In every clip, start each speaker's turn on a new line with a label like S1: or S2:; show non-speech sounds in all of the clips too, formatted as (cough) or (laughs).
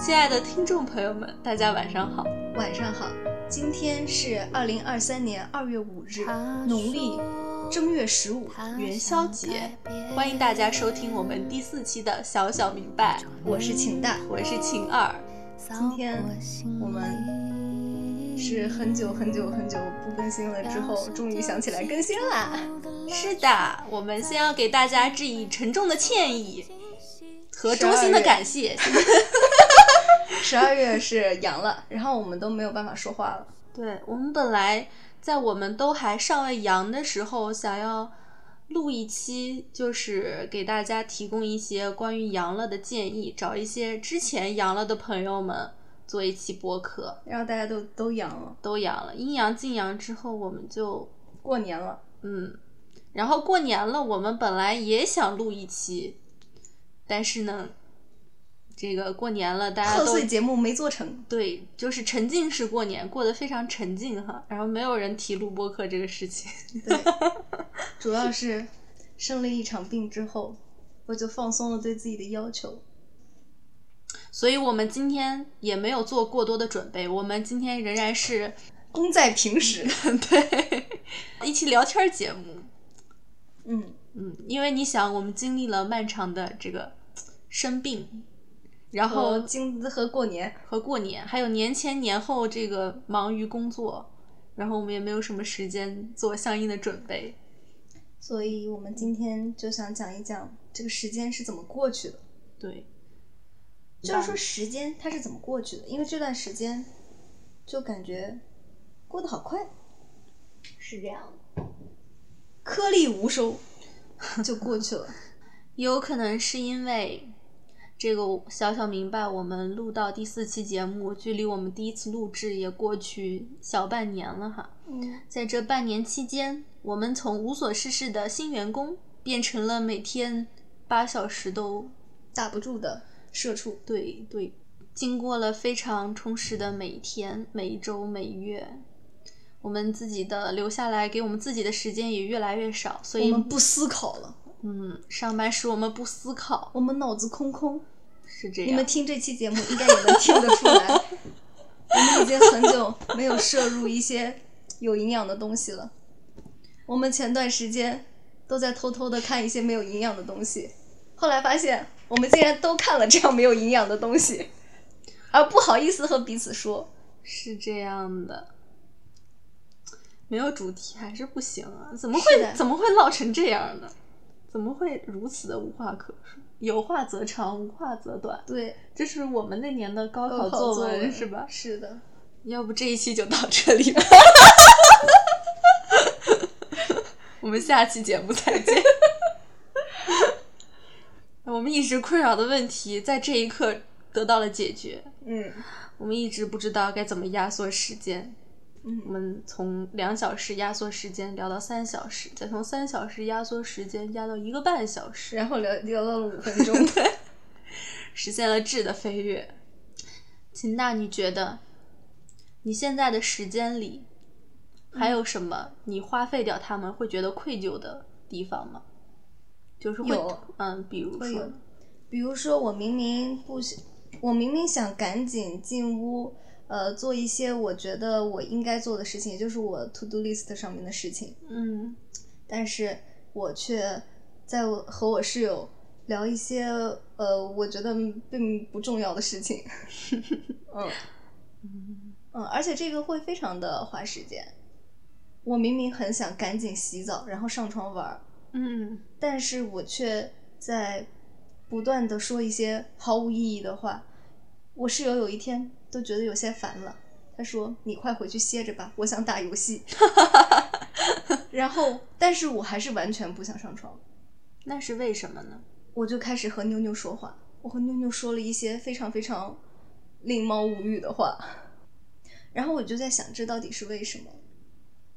S1: 亲爱的听众朋友们，大家晚上好。
S2: 晚上好，今天是二零二三年二月五日，农历正月十五。
S1: 元宵节，欢迎大家收听我们第四期的《小小明白》，
S2: 我是秦大，
S1: 我是晴儿。
S2: 今天我们是很久很久很久不更新了，之后终于想起来更新
S1: (laughs)
S2: 啦。
S1: 是的，我们先要给大家致以沉重的歉意和衷心的感谢。
S2: 十二月是阳了，然后我们都没有办法说话了。
S1: 对我们本来在我们都还尚未阳的时候，想要录一期，就是给大家提供一些关于阳了的建议，找一些之前阳了的朋友们做一期播客。
S2: 然后大家都都阳了，
S1: 都阳了，阴阳尽阳之后，我们就
S2: 过年了，
S1: 嗯，然后过年了，我们本来也想录一期，但是呢，这个过年了，大家
S2: 贺
S1: 都
S2: 岁节目没
S1: (laughs)
S2: 做成，
S1: 对，就是沉浸式过年，过得非常沉浸哈。然后没有人提录播课这个事情， (laughs)
S2: 对，主要是生了一场病之后，我就放松了对自己的要求。
S1: 所以我们今天也没有做过多的准备。我们今天仍然
S2: (laughs)
S1: 是
S2: 功在平时，
S1: 对一期聊天节目，
S2: 嗯，
S1: 嗯，因为你想，我们经历了漫长的这个生病，然后
S2: 和今和过年，
S1: 和过年，还有年前年后这个忙于工作，然后我们也没有什么时间做相应的准备。
S2: 所以我们今天就想讲一讲这个时间是怎么过去的。
S1: 对，
S2: 就是说时间它是怎么过去的？因为这段时间就感觉过得好快，
S3: 是这样的。
S2: 颗粒
S1: (laughs)
S2: 无收就过去了。
S1: 也有可能是因为这个小小明白，我们录到第四期节目，距离我们第一次录制也过去小半年了哈。
S2: 嗯，
S1: 在这半年期间，我们从无所事事的新员工变成了每天八小时都
S2: 打不住的社畜，
S1: 对对，经过了非常充实的每一天、每一周、每一月，我们自己的留下来给我们自己的时间也越来越少，所
S2: 我
S1: 以
S2: 们不思考了，
S1: 嗯，上班时我们不思考
S2: 我们脑子空空。
S1: 是这样。
S2: 你们听这期节目应该也能听得出来，
S1: (laughs)
S2: 我们已经很久没有摄入一些有营养的东西了。我们前段时间都在偷偷的看一些没有营养的东西，后来发现我们竟然都看了这样没有营养的
S1: (laughs)
S2: 东西，而不好意思和彼此说。
S1: 是这样的，没有主题还是不行啊！怎么
S2: 是
S1: 会
S2: 的
S1: 怎么会落成这样呢？怎么会如此的无话可说？有话则长，无话则短。
S2: 对，
S1: 这是我们那年的高考
S2: 高考
S1: 作
S2: 作文
S1: 是吧？
S2: 是的，
S1: 要不这一期就到这里吧，我们下期节目再见。我们一直困扰的问题，在这一刻得到了解决。
S2: 嗯
S1: 我们一直不知道该怎么压缩时间，我
S2: 嗯，
S1: 们从两小时压缩时间聊到三小时，再从三小时压缩时间压到一个半小时，
S2: 然后聊聊到了五分钟，
S1: 实现了质的飞跃。秦大，你觉得你现在的时间里还有什么你花费掉他们会觉得愧疚的地方吗？就是会
S2: 有，
S1: 嗯，比如
S2: 会
S1: 说
S2: 有，比如说，我明明不想，我明明想赶紧进屋，呃，做一些我觉得我应该做的事情，也就是我 to do list 上面的事情，
S1: 嗯，
S2: 但是我却在我和我室友聊一些呃，我觉得并不重要的事情， (laughs) 嗯嗯，而且这个会非常的花时间。我明明很想赶紧洗澡，然后上床玩儿，
S1: 嗯，
S2: 但是我却在不断的说一些毫无意义的话。我室友有一天都觉得有些烦了，他说：“你快回去歇着吧，我想打游戏。”然后，但是我还是完全不想上床，
S1: 那是为什么呢？
S2: 我就开始和妞妞说话。我和妞妞说了一些非常非常令猫无语的话，然后我就在想，这到底是为什么？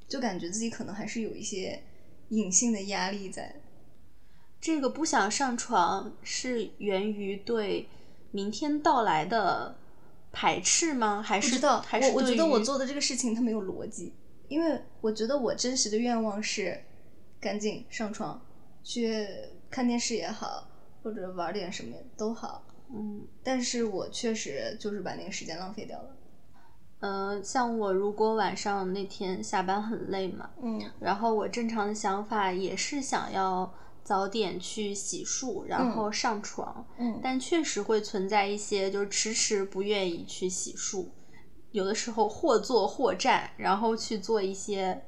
S2: 就感觉自己可能还是有一些隐性的压力在。
S1: 这个不想上床是源于对明天到来的排斥吗？还
S2: 不
S1: 是
S2: 知道，
S1: 还是
S2: 我我觉
S1: 对
S2: 得我
S1: 于
S2: 做的这个事情它没有逻辑，因为我觉得我真实的愿望是赶紧上床去看电视也好，或者玩点什么都好，
S1: 嗯。
S2: 但是我确实就是把那个时间浪费掉了。
S1: 呃，像我如果晚上那天下班很累嘛，
S2: 嗯
S1: 然后我正常的想法也是想要早点去洗漱，然后上床，
S2: 嗯，
S1: 但确实会存在一些就是迟迟不愿意去洗漱，有的时候或坐或站，然后去做一些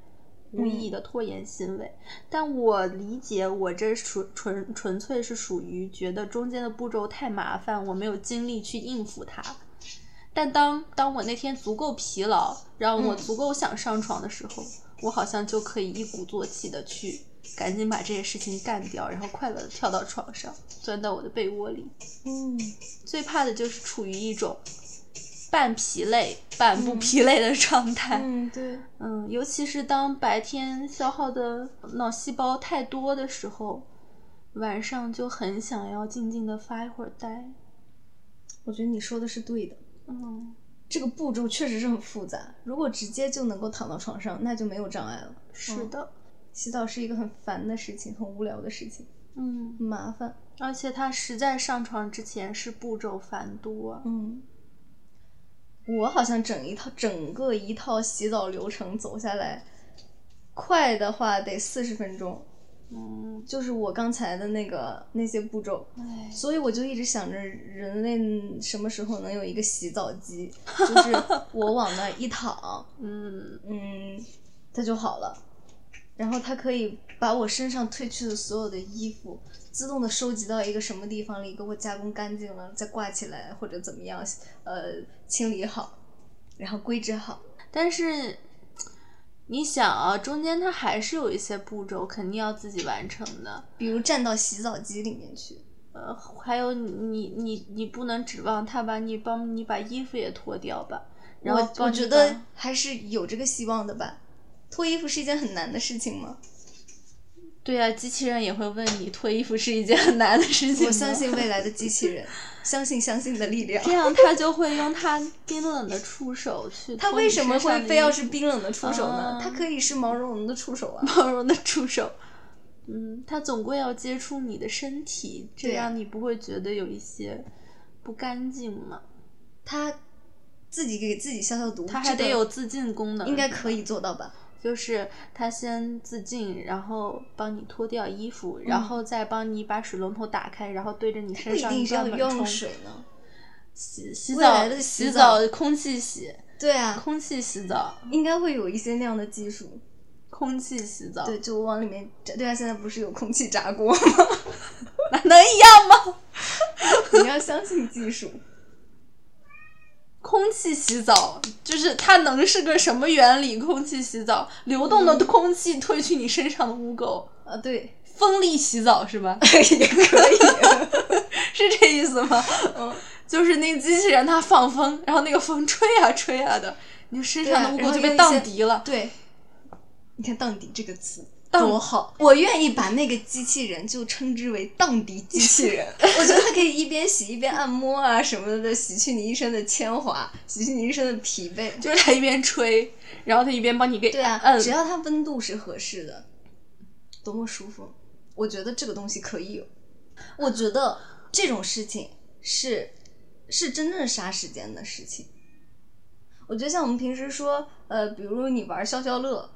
S1: 无意义的拖延行为。但我理解，我这纯纯纯粹是属于觉得中间的步骤太麻烦，我没有精力去应付它。但当当我那天足够疲劳，让我
S2: 嗯
S1: 足够想上床的时候，我好像就可以一鼓作气的去赶紧把这些事情干掉，然后快乐的跳到床上，钻到我的被窝里。
S2: 嗯，
S1: 最怕的就是处于一种半疲累、半不疲累的状态。 (laughs) 嗯
S2: 嗯，对，
S1: 尤其是当白天消耗的脑细胞太多的时候，晚上就很想要静静的发一会儿呆。
S2: 我觉得你说的是对的。
S1: 嗯，
S2: 这个步骤确实是很复杂，如果直接就能够躺到床上，那就没有障碍了。
S1: 是的，
S2: 洗澡是一个很烦的事情，很无聊的事情，
S1: 嗯，
S2: 很麻烦。
S1: 而且他实在上床之前是步骤繁多。
S2: 嗯，我好像整一套整个一套洗澡流程走下来，快的话得四十分钟，
S1: 嗯，
S2: 就是我刚才的那个那些步骤。
S1: 哎，
S2: 所以我就一直想着人类什么时候能有一个洗澡机，就是我往那儿一躺，
S1: 嗯
S2: 嗯，它就好了。然后它可以把我身上褪去的所有的衣服自动的收集到一个什么地方里，给我加工干净了，再挂起来或者怎么样，呃，清理好，然后归置好。
S1: 但是你想啊，中间它还是有一些步骤肯定要自己完成的。
S2: 比如站到洗澡机里面去，
S1: 呃，还有你你你你不能指望他把你帮你把衣服也脱掉吧？然后
S2: 我
S1: 帮
S2: 我
S1: 你
S2: 觉
S1: 把
S2: 得还是有这个希望的吧。脱衣服是一件很难的事情
S1: (laughs)
S2: 吗？
S1: 对啊，机器人也会问你脱衣服是一件很难的事情吗。
S2: 我相信未来的机器人， (laughs) 相信相信的力
S1: (laughs)
S2: 量
S1: 这。样他就会用他冰冷的触手去。
S2: 他为什么会非要是冰冷的触手
S1: 啊
S2: 呢？他可以是毛茸茸的触手啊。
S1: 包容的触手？ (laughs) 嗯，他总归要接触你的身体，这
S2: 对啊
S1: 样你不会觉得有一些不干净吗？
S2: 他自己给自己消消毒，
S1: 他还
S2: 这
S1: 得
S2: 个
S1: 有自净功能，
S2: 应该可以做到吧？
S1: 就是他先自尽，然后帮你脱掉衣服，然后再帮你把水龙头打开，然后对着你
S2: 嗯
S1: 身
S2: 不一
S1: 上
S2: 定是要
S1: 专门冲
S2: 用水呢。
S1: 洗洗
S2: 未来
S1: 澡
S2: 的洗
S1: 洗
S2: 澡
S1: 空气洗
S2: 对啊，
S1: 空气洗澡
S2: 应该会有一些那样的技术。
S1: 空气洗澡，
S2: 对，就往里面炸。对啊，现在不是有空气炸锅吗？ (laughs)
S1: 哪能一样吗？
S2: 你要相信技术。
S1: 空气洗澡就是它能是个什么原理？空气洗澡，流动
S2: 嗯
S1: 的空气褪去你身上的污垢，
S2: 啊，对，
S1: 风力洗澡是吧？(laughs)
S2: (laughs) 也可以。
S1: 是这意思吗？
S2: (laughs) 嗯，
S1: 就是那个机器人它放风，然后那个风吹啊吹啊的，你身上的污
S2: 对啊
S1: 垢就被
S2: 然后有
S1: 荡
S2: 一些
S1: 涤了。
S2: 对，你看“荡涤”这个词
S1: 荡
S2: 多好，我愿意把那个机器人就称之为“荡涤机器 (laughs) 人”。我觉得它可以一边洗一边按摩啊什么的，洗去你一身的铅华，洗去你一身的疲惫。
S1: 就是它一边吹，然后它一边帮你给嗯
S2: 对啊，
S1: 摁
S2: 只。要它温度是合适的，多么舒服！我觉得这个东西可以有。我觉得这种事情是是真正杀时间的事情。我觉得像我们平时说，呃，比如你玩消消乐，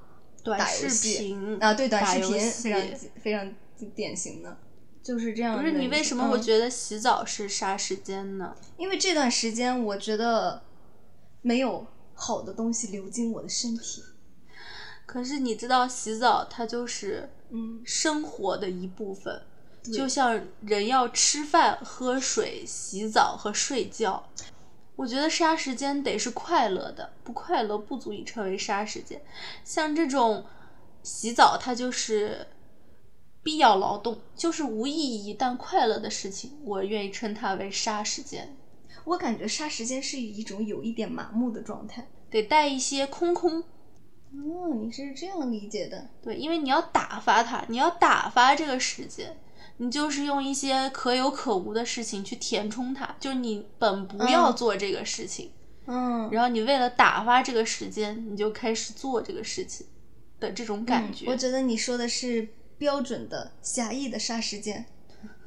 S1: 短
S2: 打游
S1: 视
S2: 戏
S1: 频
S2: 啊，对，短
S1: 打
S2: 视
S1: 游
S2: 频
S1: 戏
S2: 非常非常典型的，就是这样
S1: 不
S2: 的一
S1: 是
S2: 种。
S1: 你为什么会
S2: 嗯
S1: 觉得洗澡是杀时间呢？
S2: 因为这段时间我觉得没有好的东西流进我的身体。
S1: 可是你知道，洗澡它就是
S2: 嗯，
S1: 生活的一部分，
S2: 对
S1: 就像人要吃饭、喝水、洗澡和睡觉。我觉得杀时间得是快乐的，不快乐不足以成为杀时间。像这种洗澡，它就是必要劳动，就是无意义但快乐的事情，我愿意称它为杀时间。
S2: 我感觉杀时间是一种有一点麻木的状态。
S1: 得带一些空空，
S2: 哦，你是这样理解的？
S1: 对，因为你要打发它，你要打发这个时间，你就是用一些可有可无的事情去填充它，就是你本不要
S2: 嗯
S1: 做这个事情，
S2: 嗯，
S1: 然后你为了打发这个时间，你就开始做这个事情的这种感觉。
S2: 嗯我觉得你说的是标准的狭义的杀时间，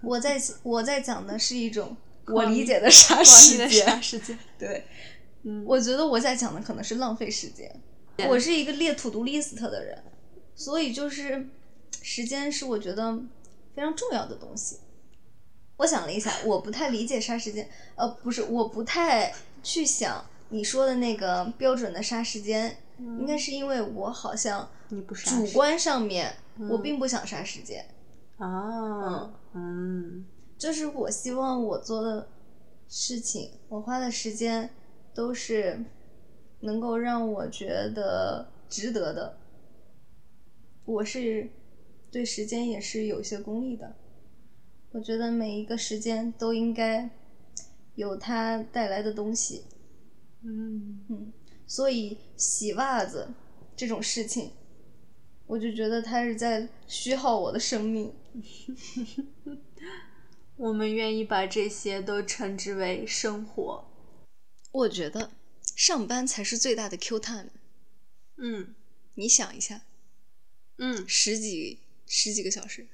S2: 我在我在讲的是一种我理解的啥
S1: 管理
S2: 时
S1: 的
S2: 间
S1: 啥？时间？
S2: 对，
S1: 嗯，
S2: 我觉得我在讲的可能是浪费时间。我是一个列 to do list 的人，所以就是时间是我觉得非常重要的东西。我想了一下，我不太理解杀时间，呃，不是，我不太去想你说的那个标准的杀时间，
S1: 嗯
S2: 应该是因为我好像
S1: 你不杀
S2: 主
S1: 时
S2: 观上面我
S1: 嗯
S2: 并不想杀时间，
S1: 啊，嗯
S2: 就是我希望我做的事情，我花的时间都是能够让我觉得值得的。我是对时间也是有些功利的，我觉得每一个时间都应该有它带来的东西。
S1: 嗯
S2: 嗯，所以洗袜子这种事情，我就觉得它是在虚耗我的生命。
S1: 我们愿意把这些都称之为生活。
S2: 我觉得上班才是最大的 Q time。
S1: 嗯
S2: 你想一下，
S1: 嗯，
S2: 十几十几个小时，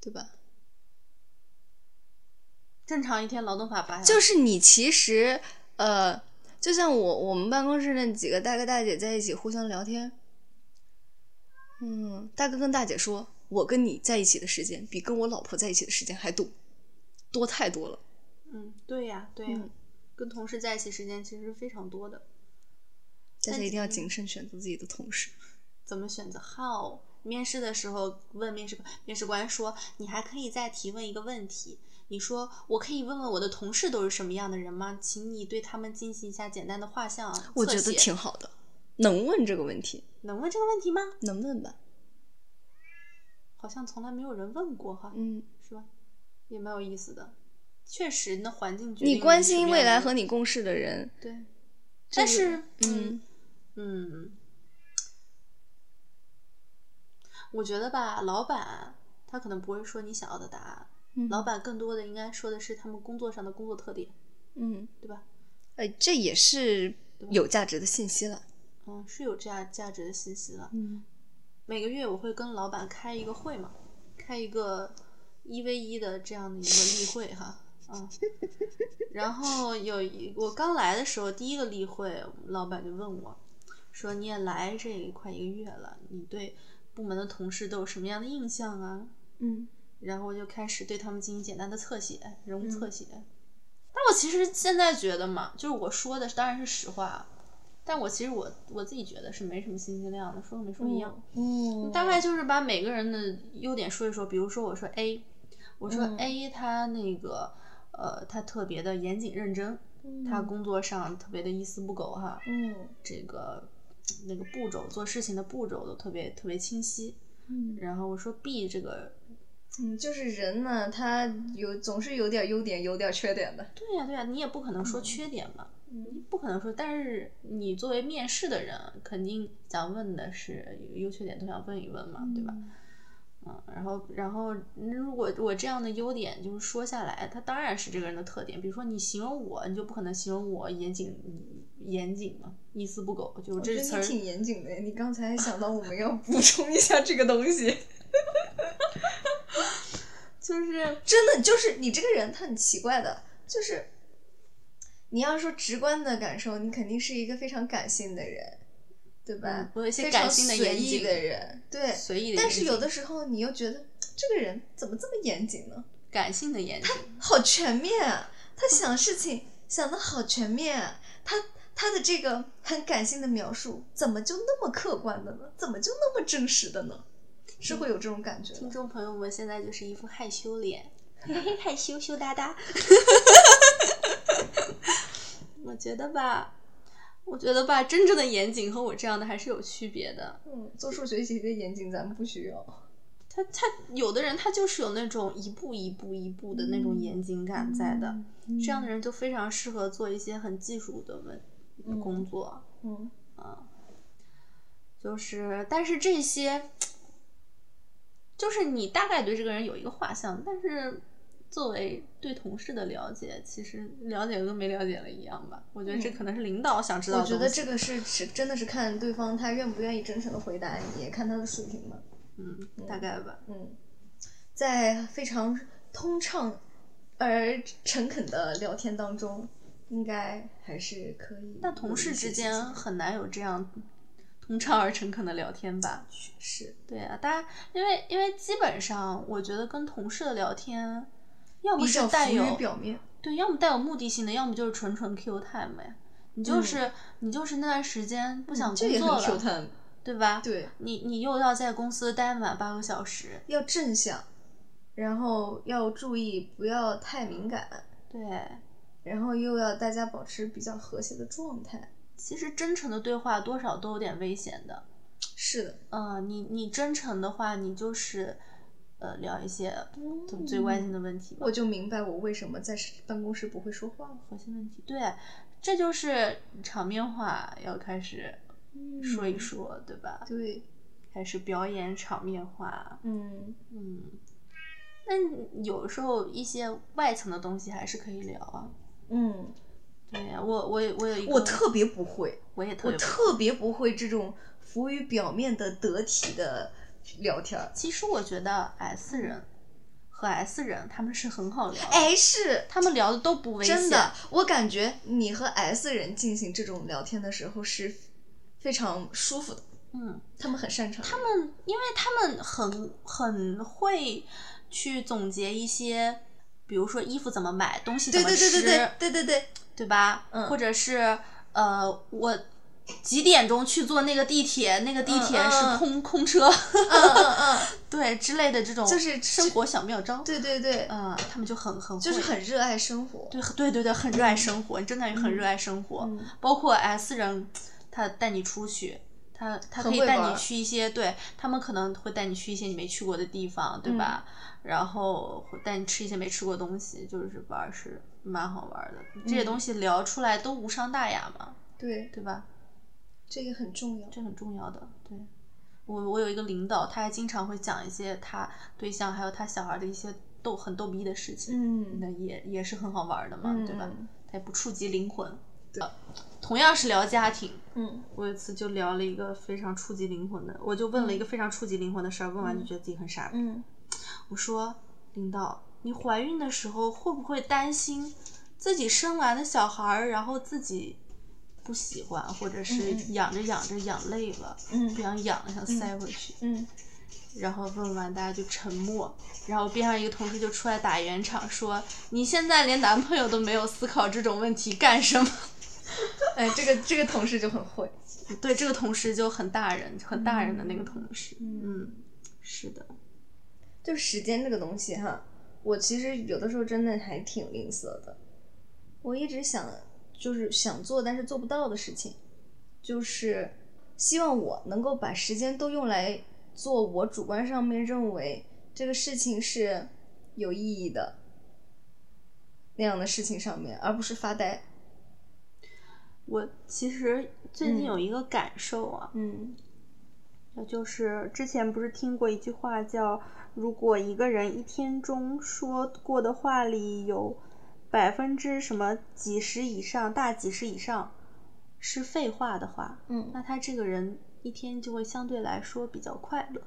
S2: 对吧？
S1: 正常一天劳动法八小时。
S2: 就是是你其实呃，就像我我们办公室那几个大哥大姐在一起互相聊天，嗯，大哥跟大姐说，我跟你在一起的时间比跟我老婆在一起的时间还多，多太多了。
S1: 嗯，对呀、对呀、
S2: 嗯
S1: 跟同事在一起时间其实非常多的。
S2: 大家
S1: 但
S2: 一定要
S1: 是
S2: 谨慎选择自己的同事。
S1: 怎么选择？How？面试的时候问面试官，面试官说你还可以再提问一个问题。你说我可以问问我的同事都是什么样的人吗？请你对他们进行一下简单的画像啊
S2: 我
S1: 侧
S2: 觉得
S1: 写
S2: 挺好的，能问这个问题，
S1: 能问这个问题吗？
S2: 能问吧？
S1: 好像从来没有人问过哈，
S2: 嗯，
S1: 是吧？也蛮有意思的。确实，那环境决定
S2: 你关
S1: 什么
S2: 心
S1: 样
S2: 未
S1: 的
S2: 来
S1: 人
S2: 和你共事的人，
S1: 对，
S2: 这
S1: 但
S2: 个
S1: 是嗯
S2: 嗯，
S1: 嗯，我觉得吧，老板他可能不会说你想要的答案，
S2: 嗯
S1: 老，板更多的应该说的是他们工作上的工作特点，
S2: 嗯，
S1: 对吧？
S2: 呃，这也是
S1: 对吧
S2: 有价值的信息了。
S1: 嗯，是有这样价值的信息的。
S2: 嗯，
S1: 每个月我会跟老板开一个会嘛，开一个一 v 一的这样的一个例会哈，嗯。然后有一我刚来的时候，第一个例会，老板就问我，说你也来这快一个月了，你对部门的同事都有什么样的印象啊？
S2: 嗯，
S1: 然后我就开始对他们进行简单的侧写，人物
S2: 嗯
S1: 侧写。但我其实现在觉得嘛，就是我说的当然是实话，啊但我其实我我自己觉得是没什么信息量的，说和没说一样。
S2: 嗯
S1: 大概就是把每个人的优点说一说，比如说我说 A，我说
S2: 嗯
S1: A 他那个、呃他特别的严谨认真，他工作上特别的一丝不苟哈，
S2: 嗯
S1: 这个那个步骤做事情的步骤都特别特别清晰。
S2: 嗯
S1: 然后我说 B 这个
S2: 嗯，就是人呢，他有总是有点优点，有点缺点的。
S1: 对呀、对呀、你也不可能说缺点嘛，
S2: 嗯
S1: 不可能说。但是你作为面试的人，肯定想问的是优缺点都想问一问嘛，对吧？嗯，然后然后嗯如果我这样的优点就是说下来，它当然是这个人的特点。比如说你形容我，你就不可能形容我严谨严谨嘛，一丝不苟，就
S2: 我
S1: 这
S2: 觉得
S1: 词
S2: 你挺
S1: 儿。
S2: 严谨的，你刚才想到我们要补充一下这个东西，
S1: 就是
S2: (laughs) 真的就是你这个人他很奇怪的，就是你要说直观的感受，你肯定是一个非常感性的人，对吧？
S1: 嗯我有一些
S2: 非常
S1: 感性的
S2: 随
S1: 严
S2: 意
S1: 谨
S2: 的人，对。
S1: 随意的严谨，
S2: 但是有的时候你又觉得这个人怎么这么严谨呢？
S1: 感性的严谨，
S2: 好全面啊！他想事情想的好全面啊！他他的这个很感性的描述，怎么就那么客观的呢？怎么就那么真实的呢？是会有这种感觉的
S1: 听众朋友们现在就是一副害羞
S2: (laughs)
S1: 脸，嘿嘿，害羞羞答答。我觉得吧，我觉得吧，真正的严谨和我这样的还是有区别的。
S2: 嗯，做数学题的严谨咱们不需要。
S1: 他他有的人他就是有那种一步一步一步的那种严谨感在的，
S2: 嗯
S1: 这样的人就非常适合做一些很技术的问
S2: 嗯
S1: 工作。
S2: 嗯
S1: 就是，但是这些，就是你大概对这个人有一个画像，但是作为对同事的了解，其实了解跟没了解了一样吧。我觉得这
S2: 嗯
S1: 可能是领导想知道
S2: 我
S1: 的东西。
S2: 觉得这个是是真的是看对方他愿不愿意真诚的回答你，也看他的水平嘛。嗯
S1: 嗯，大概吧。
S2: 嗯，在非常通畅、而诚恳的聊天当中，应该还是可以。
S1: 但同事之间啊很难有这样通畅而诚恳的聊天吧？
S2: 是
S1: 对啊，大家因为因为基本上，我觉得跟同事的聊天，要么
S2: 比
S1: 是
S2: 较
S1: 带
S2: 浮于
S1: 有
S2: 表面，
S1: 对，要么带有目的性的，要么就是纯纯 Q time 呀。你就是、你就是那段时间不想
S2: 嗯这
S1: 工
S2: 也
S1: 作
S2: 很
S1: 了，
S2: Q 弹。
S1: 对吧？
S2: 对，
S1: 你你又要在公司待满八个小时，
S2: 要正向，然后要注意不要太敏感，
S1: 对。
S2: 然后又要大家保持比较和谐的状态。
S1: 其实真诚的对话多少都有点危险的。
S2: 是的，
S1: 呃，你你真诚的话，你就是呃聊一些最最关心的问题吧，
S2: 嗯我就明白我为什么在办公室不会说话了。
S1: 核心问题。对，这就是场面话要开始
S2: 嗯
S1: 说一说，对吧？
S2: 对，
S1: 开始表演场面话，
S2: 嗯，
S1: 嗯。那有时候一些外层的东西还是可以聊啊。
S2: 嗯，
S1: 对呀，我我有我有一个，
S2: 我特别不会，
S1: 我也特
S2: 我
S1: 别不
S2: 特别不会这种浮于表面的得体的聊天儿。
S1: 其实我觉得 S 人和 S 人他们是很好聊的，
S2: 哎，是
S1: 他们聊的都不危险，
S2: 真的，我感觉你和 S 人进行这种聊天的时候是非常舒服的，
S1: 嗯，
S2: 他们很擅长。他们
S1: 嗯，因为他们很很会去总结一些，比如说衣服怎么买，东西怎
S2: 对
S1: 么
S2: 对
S1: 吃，
S2: 对对对对
S1: (laughs)
S2: 对对，
S1: 对吧？
S2: 嗯
S1: 或者是呃，我几点钟去坐那个地铁，那个地铁
S2: 嗯
S1: 是
S2: 嗯
S1: 空、空车，
S2: 嗯嗯嗯，
S1: 对之类的这种，
S2: 就是
S1: 生活小妙招。，
S2: 对对对，
S1: 啊、他们就很很
S2: 就是
S1: 会
S2: 很热爱生活。
S1: 对对对对，很热爱生活，你真的很热爱生活。
S2: 嗯
S1: 包括 S 人，他带你出去，他他可
S2: 很
S1: 以
S2: 会
S1: 带
S2: 玩
S1: 你
S2: 儿
S1: 去一些，对他们可能会带你去一些你没去过的地方，
S2: 嗯
S1: 对吧？然后会带你吃一些没吃过的东西，就是玩儿是蛮好玩儿的。这些
S2: 嗯
S1: 东西聊出来都无伤大雅嘛，
S2: 对，
S1: 对吧？
S2: 这个很重要。
S1: 这很重要的。对，我我有一个领导，他还经常会讲一些他对象还有他小孩儿的一些逗很逗逼的事情，
S2: 嗯
S1: 那也也是很好玩儿的嘛，对吧？
S2: 嗯
S1: 它也不触及灵魂。对，同样是聊家庭，
S2: 嗯，
S1: 我有一次就聊了一个非常触及灵魂的，我就问了一个非常触及灵魂的事儿，问完就觉得自己很傻逼。
S2: 嗯，
S1: 我说：“领导，你怀孕的时候会不会担心自己生完的小孩儿，然后自己不喜欢，或者是
S2: 嗯嗯
S1: 养着养着养累了，
S2: 嗯
S1: 不想养了想塞回去？”
S2: 嗯，
S1: 然后问完大家就沉默，然后边上一个同事就出来打圆场说：“你现在连男朋友都没有思考这种问题干什么
S2: 哎，这个这个同事就很会。？”
S1: 对，这个同事就很大人，很大人的那个同事，
S2: 嗯
S1: 嗯，是的，
S2: 就时间这个东西哈，我其实有的时候真的还挺吝啬的。我一直想就是想做但是做不到的事情，就是希望我能够把时间都用来做我主观上面认为这个事情是有意义的那样的事情上面，而不是发呆。
S1: 我其实最近
S2: 嗯
S1: 有一个感受啊，
S2: 嗯
S1: 就是之前不是听过一句话叫“如果一个人一天中说过的话里有百分之什么几十以上，大几十以上是废话的话”，
S2: 嗯
S1: 那他这个人一天就会相对来说比较快乐。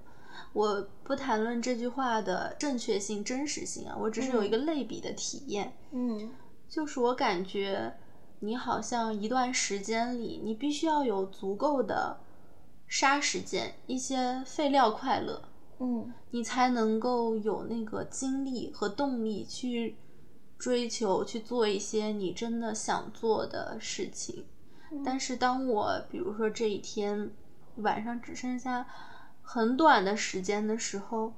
S1: 我不谈论这句话的正确性、真实性啊，我只是有一个类比的体验，
S2: 嗯
S1: 就是我感觉你好像一段时间里，你必须要有足够的杀时间，一些废料快乐，
S2: 嗯
S1: 你才能够有那个精力和动力去追求、去做一些你真的想做的事情。但是当我比如说这一天晚上只剩下很短的时间的时候，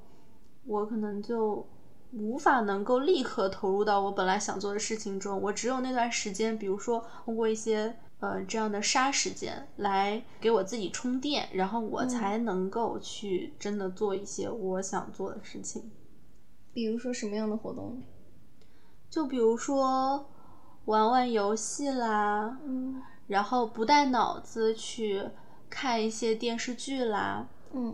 S1: 我可能就无法能够立刻投入到我本来想做的事情中。我只有那段时间，比如说通过一些呃这样的杀时间来给我自己充电，然后我
S2: 嗯
S1: 才能够去真的做一些我想做的事情。
S2: 比如说什么样的活动？
S1: 就比如说玩玩游戏啦，
S2: 嗯
S1: 然后不带脑子去看一些电视剧啦。
S2: 嗯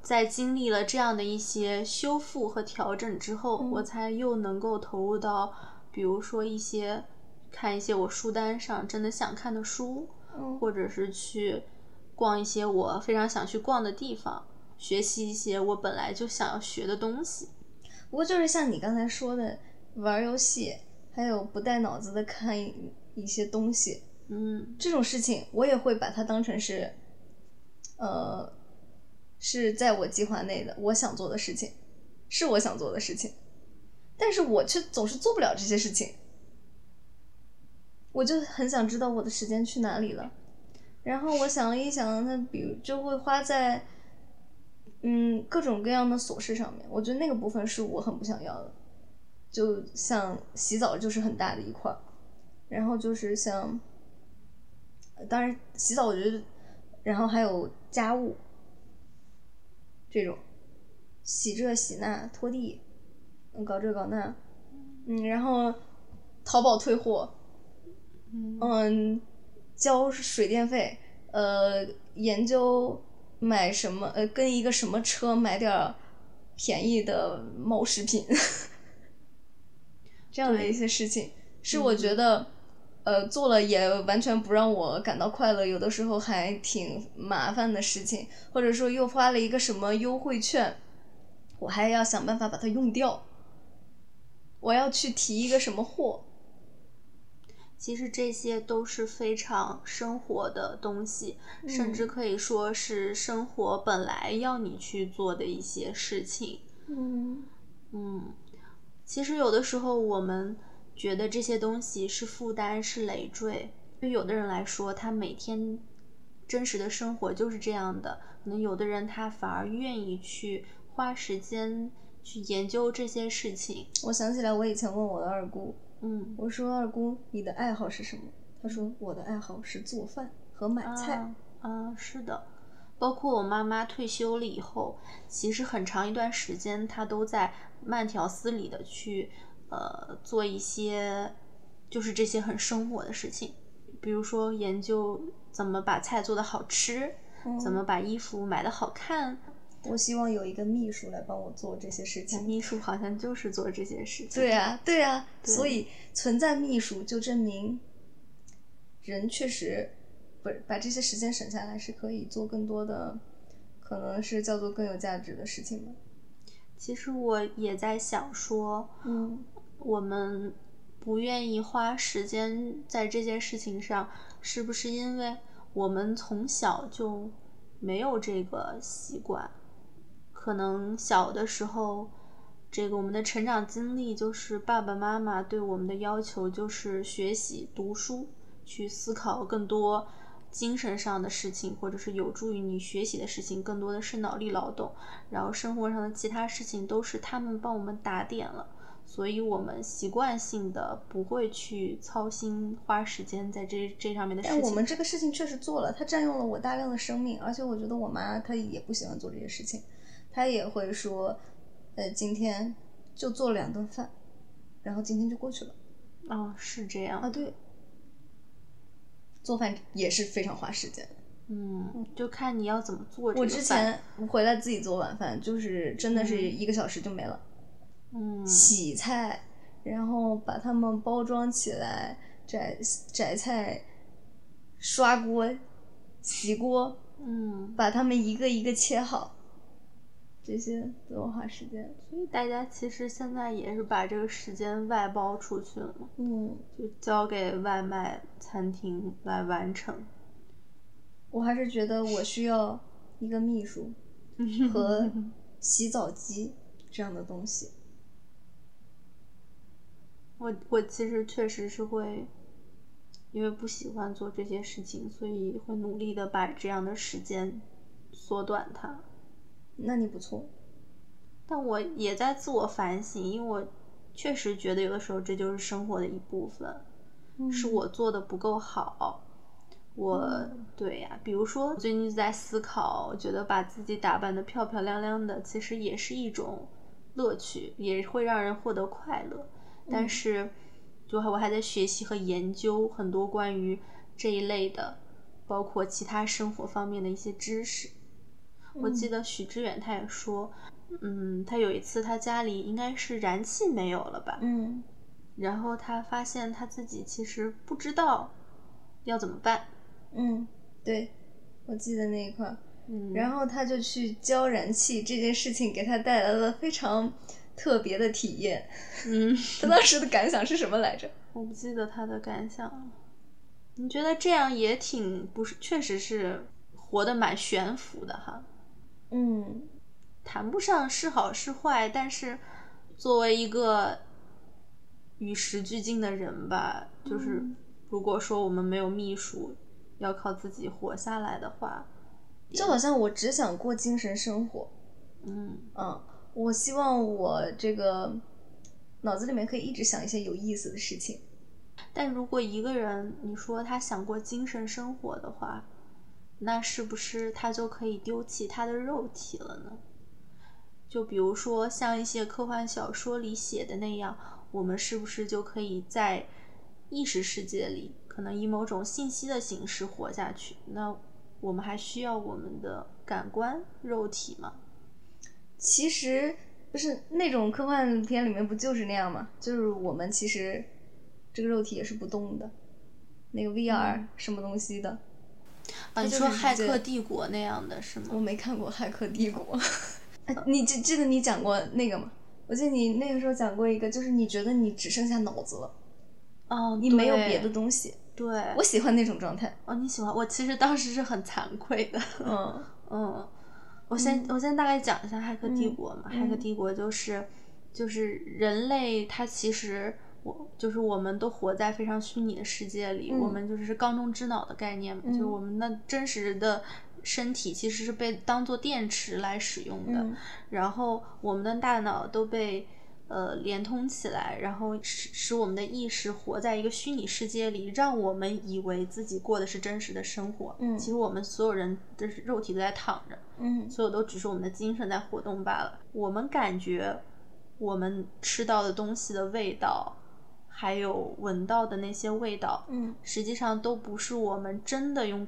S1: 在经历了这样的一些修复和调整之后，
S2: 嗯
S1: 我才又能够投入到，比如说一些看一些我书单上真的想看的书，
S2: 嗯
S1: 或者是去逛一些我非常想去逛的地方，学习一些我本来就想要学的东西。
S2: 不过就是像你刚才说的，玩游戏，还有不带脑子的看一一些东西，
S1: 嗯
S2: 这种事情我也会把它当成是，呃，是在我计划内的，我想做的事情，是我想做的事情，但是我却总是做不了这些事情，我就很想知道我的时间去哪里了。然后我想了一想，那比如就会花在，嗯，各种各样的琐事上面。我觉得那个部分是我很不想要的，就像洗澡就是很大的一块儿，然后就是像，呃当然洗澡我觉得，然后还有家务，这种，洗这洗那拖地，嗯，搞这搞那，嗯，然后淘宝退货，
S1: 嗯
S2: 嗯，交水电费，呃，研究买什么，呃，跟一个什么车买点儿便宜的猫食品，这样的一些事情，是我觉得，呃，做了也完全不让我感到快乐，有的时候还挺麻烦的事情，或者说又花了一个什么优惠券，我还要想办法把它用掉，我要去提一个什么货，
S1: 其实这些都是非常生活的东西，甚至
S2: 嗯
S1: 可以说是生活本来要你去做的一些事情。
S2: 嗯
S1: 嗯，其实有的时候我们觉得这些东西是负担，是累赘。对有的人来说，他每天真实的生活就是这样的。可能有的人他反而愿意去花时间去研究这些事情。
S2: 我想起来，我以前问我的二姑，
S1: 嗯，
S2: 我说二姑，你的爱好是什么？她说我的爱好是做饭和买菜。
S1: 啊啊，是的。包括我妈妈退休了以后，其实很长一段时间，她都在慢条斯理的去呃做一些，就是这些很生活的事情，比如说研究怎么把菜做的好吃，
S2: 嗯
S1: 怎么？把衣服买的好看。
S2: 我希望有一个秘书来帮我做这些事情。
S1: 秘书好像就是做这些事情。
S2: (laughs) 对啊，对啊，
S1: 嗯对
S2: 所以存在秘书就证明，人确实不是把这些时间省下来是可以做更多的，可能是叫做更有价值的事情吧。
S1: 其实我也在想说，
S2: 嗯
S1: 我们不愿意花时间在这些事情上，是不是因为我们从小就没有这个习惯？可能小的时候，这个我们的成长经历就是爸爸妈妈对我们的要求就是学习、读书，去思考更多精神上的事情，或者是有助于你学习的事情，更多的是脑力劳动。然后生活上的其他事情都是他们帮我们打点了。所以我们习惯性的不会去操心花时间在这这上面的事
S2: 但
S1: 情。
S2: 我们这个事情确实做了，它占用了我大量的生命，而且我觉得我妈她也不喜欢做这些事情，她也会说，呃，今天就做两顿饭，然后今天就过去了
S1: 啊、是这样
S2: 啊。对，做饭也是非常花时间。
S1: 嗯，就看你要怎么做这个饭。
S2: 我之前回来自己做晚饭，就是真的是一个小时就没了，
S1: 嗯
S2: 洗菜，然后把它们包装起来，摘摘菜，刷锅，洗锅。
S1: 嗯，
S2: 把它们一个一个切好，这些都要花时间。
S1: 所以大家其实现在也是把这个时间外包出去了嘛，
S2: 嗯，
S1: 就交给外卖餐厅来完成。 (laughs)
S2: 我还是觉得我需要一个秘书和洗澡机这样的东西。
S1: 我我其实确实是会，因为不喜欢做这些事情，所以会努力的把这样的时间缩短它。
S2: 那你不错，
S1: 但我也在自我反省，因为我确实觉得有的时候这就是生活的一部分，是我做的不够好。我
S2: 嗯
S1: 对呀、比如说最近就在思考，我觉得把自己打扮的漂漂亮亮的，其实也是一种乐趣，也会让人获得快乐。但
S2: 嗯
S1: 是，就还我还在学习和研究很多关于这一类的，包括其他生活方面的一些知识。我记
S2: 得，
S1: 得许知远他也说，嗯，他有一次他家里应该是燃气没有了吧，
S2: 嗯
S1: 然后他发现他自己其实不知道要怎么办，
S2: 嗯，对，我记得那一块儿。
S1: 嗯，
S2: 然后他就去教燃气这件事情，给他带来了非常特别的体验。 (laughs)
S1: 嗯，
S2: 他当时的感想是什么来着？
S1: 我不记得他的感想了。你觉得这样也挺不是，确实是活得蛮悬浮的哈。
S2: 嗯，
S1: 谈不上是好是坏，但是作为一个与时俱进的人吧，就是
S2: 嗯
S1: 如果说我们没有秘书，要靠自己活下来的话，
S2: 就好像我只想过精神生活。
S1: 嗯
S2: 嗯，我希望我这个脑子里面可以一直想一些有意思的事情。
S1: 但如果一个人你说他想过精神生活的话，那是不是他就可以丢弃他的肉体了呢？就比如说像一些科幻小说里写的那样，我们是不是就可以在意识世界里，可能以某种信息的形式活下去？那我们还需要我们的感官、肉体吗？
S2: 其实不是那种科幻片里面不就是那样吗？就是我们其实这个肉体也是不动的，那个 VR 什么东西的，
S1: 啊，
S2: 这
S1: 你
S2: 就
S1: 说《
S2: 是嗯
S1: 骇
S2: 这
S1: 客帝国》那样的是
S2: 我
S1: 吗？
S2: 没看过《骇客帝国》 (laughs) 哎。你记记得你讲过那个吗？我记得你那个时候讲过一个，就是你觉得你只剩下脑子了，
S1: 哦，
S2: 你没有
S1: 对
S2: 别的。东西。
S1: 对，
S2: 我喜欢那种状态。
S1: 哦，你喜欢我？其实当时是很惭愧的。
S2: 嗯
S1: 嗯，我先、我先大概讲一下《骇客帝国》嘛，
S2: 嗯
S1: 骇客帝国》就是就是人类，它其实我就是我们都活在非常虚拟的世界里，我
S2: 嗯
S1: 们就是缸中之脑的概念嘛，
S2: 嗯
S1: 就是我们的真实的身体其实是被当做电池来使用的，
S2: 嗯
S1: 然后我们的大脑都被呃连通起来，然后使使我们的意识活在一个虚拟世界里，让我们以为自己过的是真实的生活。
S2: 嗯
S1: 其实我们所有人的肉体都在躺着，
S2: 嗯
S1: 所有都只是我们的精神在活动罢了。我们感觉我们吃到的东西的味道，还有闻到的那些味道，
S2: 嗯
S1: 实际上都不是我们真的用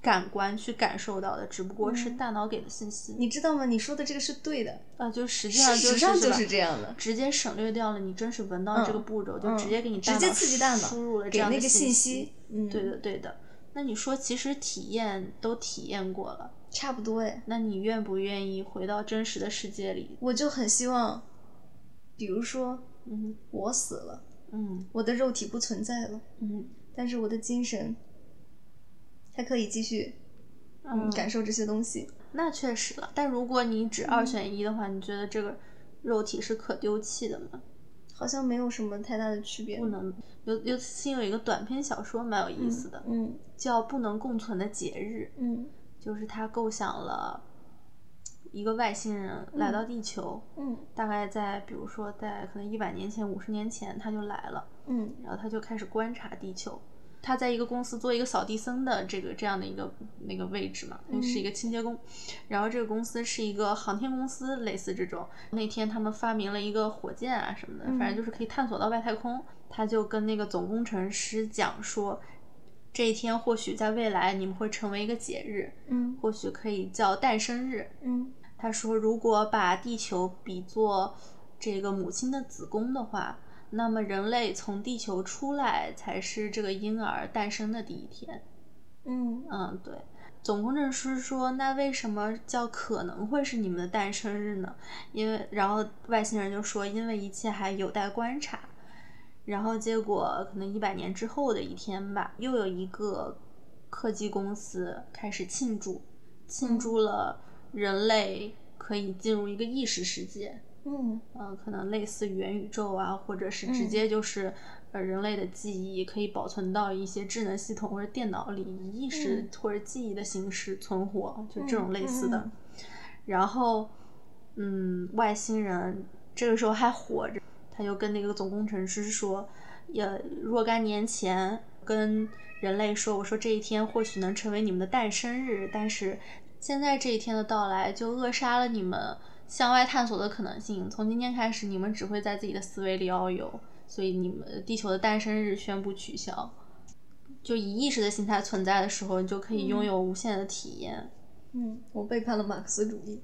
S1: 感官去感受到的，只不过是
S2: 嗯
S1: 大脑给的信息。
S2: 你知道吗？你说的这个是对的，
S1: 啊，就实际上
S2: 事
S1: 就
S2: 实上
S1: 是
S2: 就
S1: 吧
S2: 是这样的。
S1: 直接省略掉了你真实闻到这个
S2: 嗯
S1: 步骤，
S2: 嗯
S1: 就直接给你
S2: 直
S1: 大
S2: 接
S1: 脑
S2: 刺激大脑
S1: 输入了这
S2: 给
S1: 样
S2: 那
S1: 的
S2: 个信
S1: 息
S2: 息。，嗯，
S1: 对的，，对的。那你说，其实体验都体验过了，
S2: 差不多哎。
S1: 那你愿不愿意回到真实的世界里？
S2: 我就很希望，比如说
S1: 嗯
S2: 我死了，
S1: 嗯
S2: 我的肉体不存在了，
S1: 嗯
S2: 但是我的精神还可以继续嗯感受这些东西。
S1: 那确实了。但如果你只二选一的话，你觉得这个肉体是可丢弃的吗？
S2: 好像没有什么太大的区别。
S1: 不能。尤尤其是有一个短篇小说蛮有意思的，
S2: 嗯
S1: 叫《不能共存的节日》。
S2: 嗯
S1: 就是他构想了一个外星人来到地球，
S2: 嗯
S1: 大概在比如说在可能一百年前、五十年前他就来了，
S2: 嗯
S1: 然后他就开始观察地球。他在一个公司做一个扫地僧的这个这样的一个那个位置嘛，
S2: 嗯
S1: 是一个清洁工。然后这个公司是一个航天公司，类似这种。那天他们发明了一个火箭啊什么的，
S2: 嗯
S1: 反正就是可以探索到外太空。他就跟那个总工程师讲说，这一天或许在未来你们会成为一个节日，
S2: 嗯
S1: 或许可以叫诞生日。
S2: 嗯
S1: 他说，如果把地球比作这个母亲的子宫的话，那么人类从地球出来才是这个婴儿诞生的第一天。
S2: 嗯
S1: 嗯，对。总工程师说：“那为什么叫可能会是你们的诞生日呢？因为，然后外星人就说，因为一切还有待观察。然后结果可能一百年之后的一天吧，又有一个科技公司开始庆祝，庆祝了人类可以进入一个意识世界，
S2: 嗯
S1: 嗯、可能类似元宇宙啊，或者是直
S2: 嗯
S1: 接就是呃人类的记忆可以保存到一些智能系统或者电脑里，以意识
S2: 嗯
S1: 或者记忆的形式存活，就这种类似的。
S2: 嗯嗯
S1: 然后，嗯，外星人这个时候还活着，他就跟那个总工程师说，也若干年前跟人类说，我说这一天或许能成为你们的诞生日，但是现在这一天的到来就扼杀了你们向外探索的可能性。从今天开始，你们只会在自己的思维里遨游，所以你们地球的诞生日宣布取消。就以意识的形态存在的时候，你就可以拥
S2: 嗯
S1: 有无限的体验。
S2: 嗯，我背叛了马克思主义，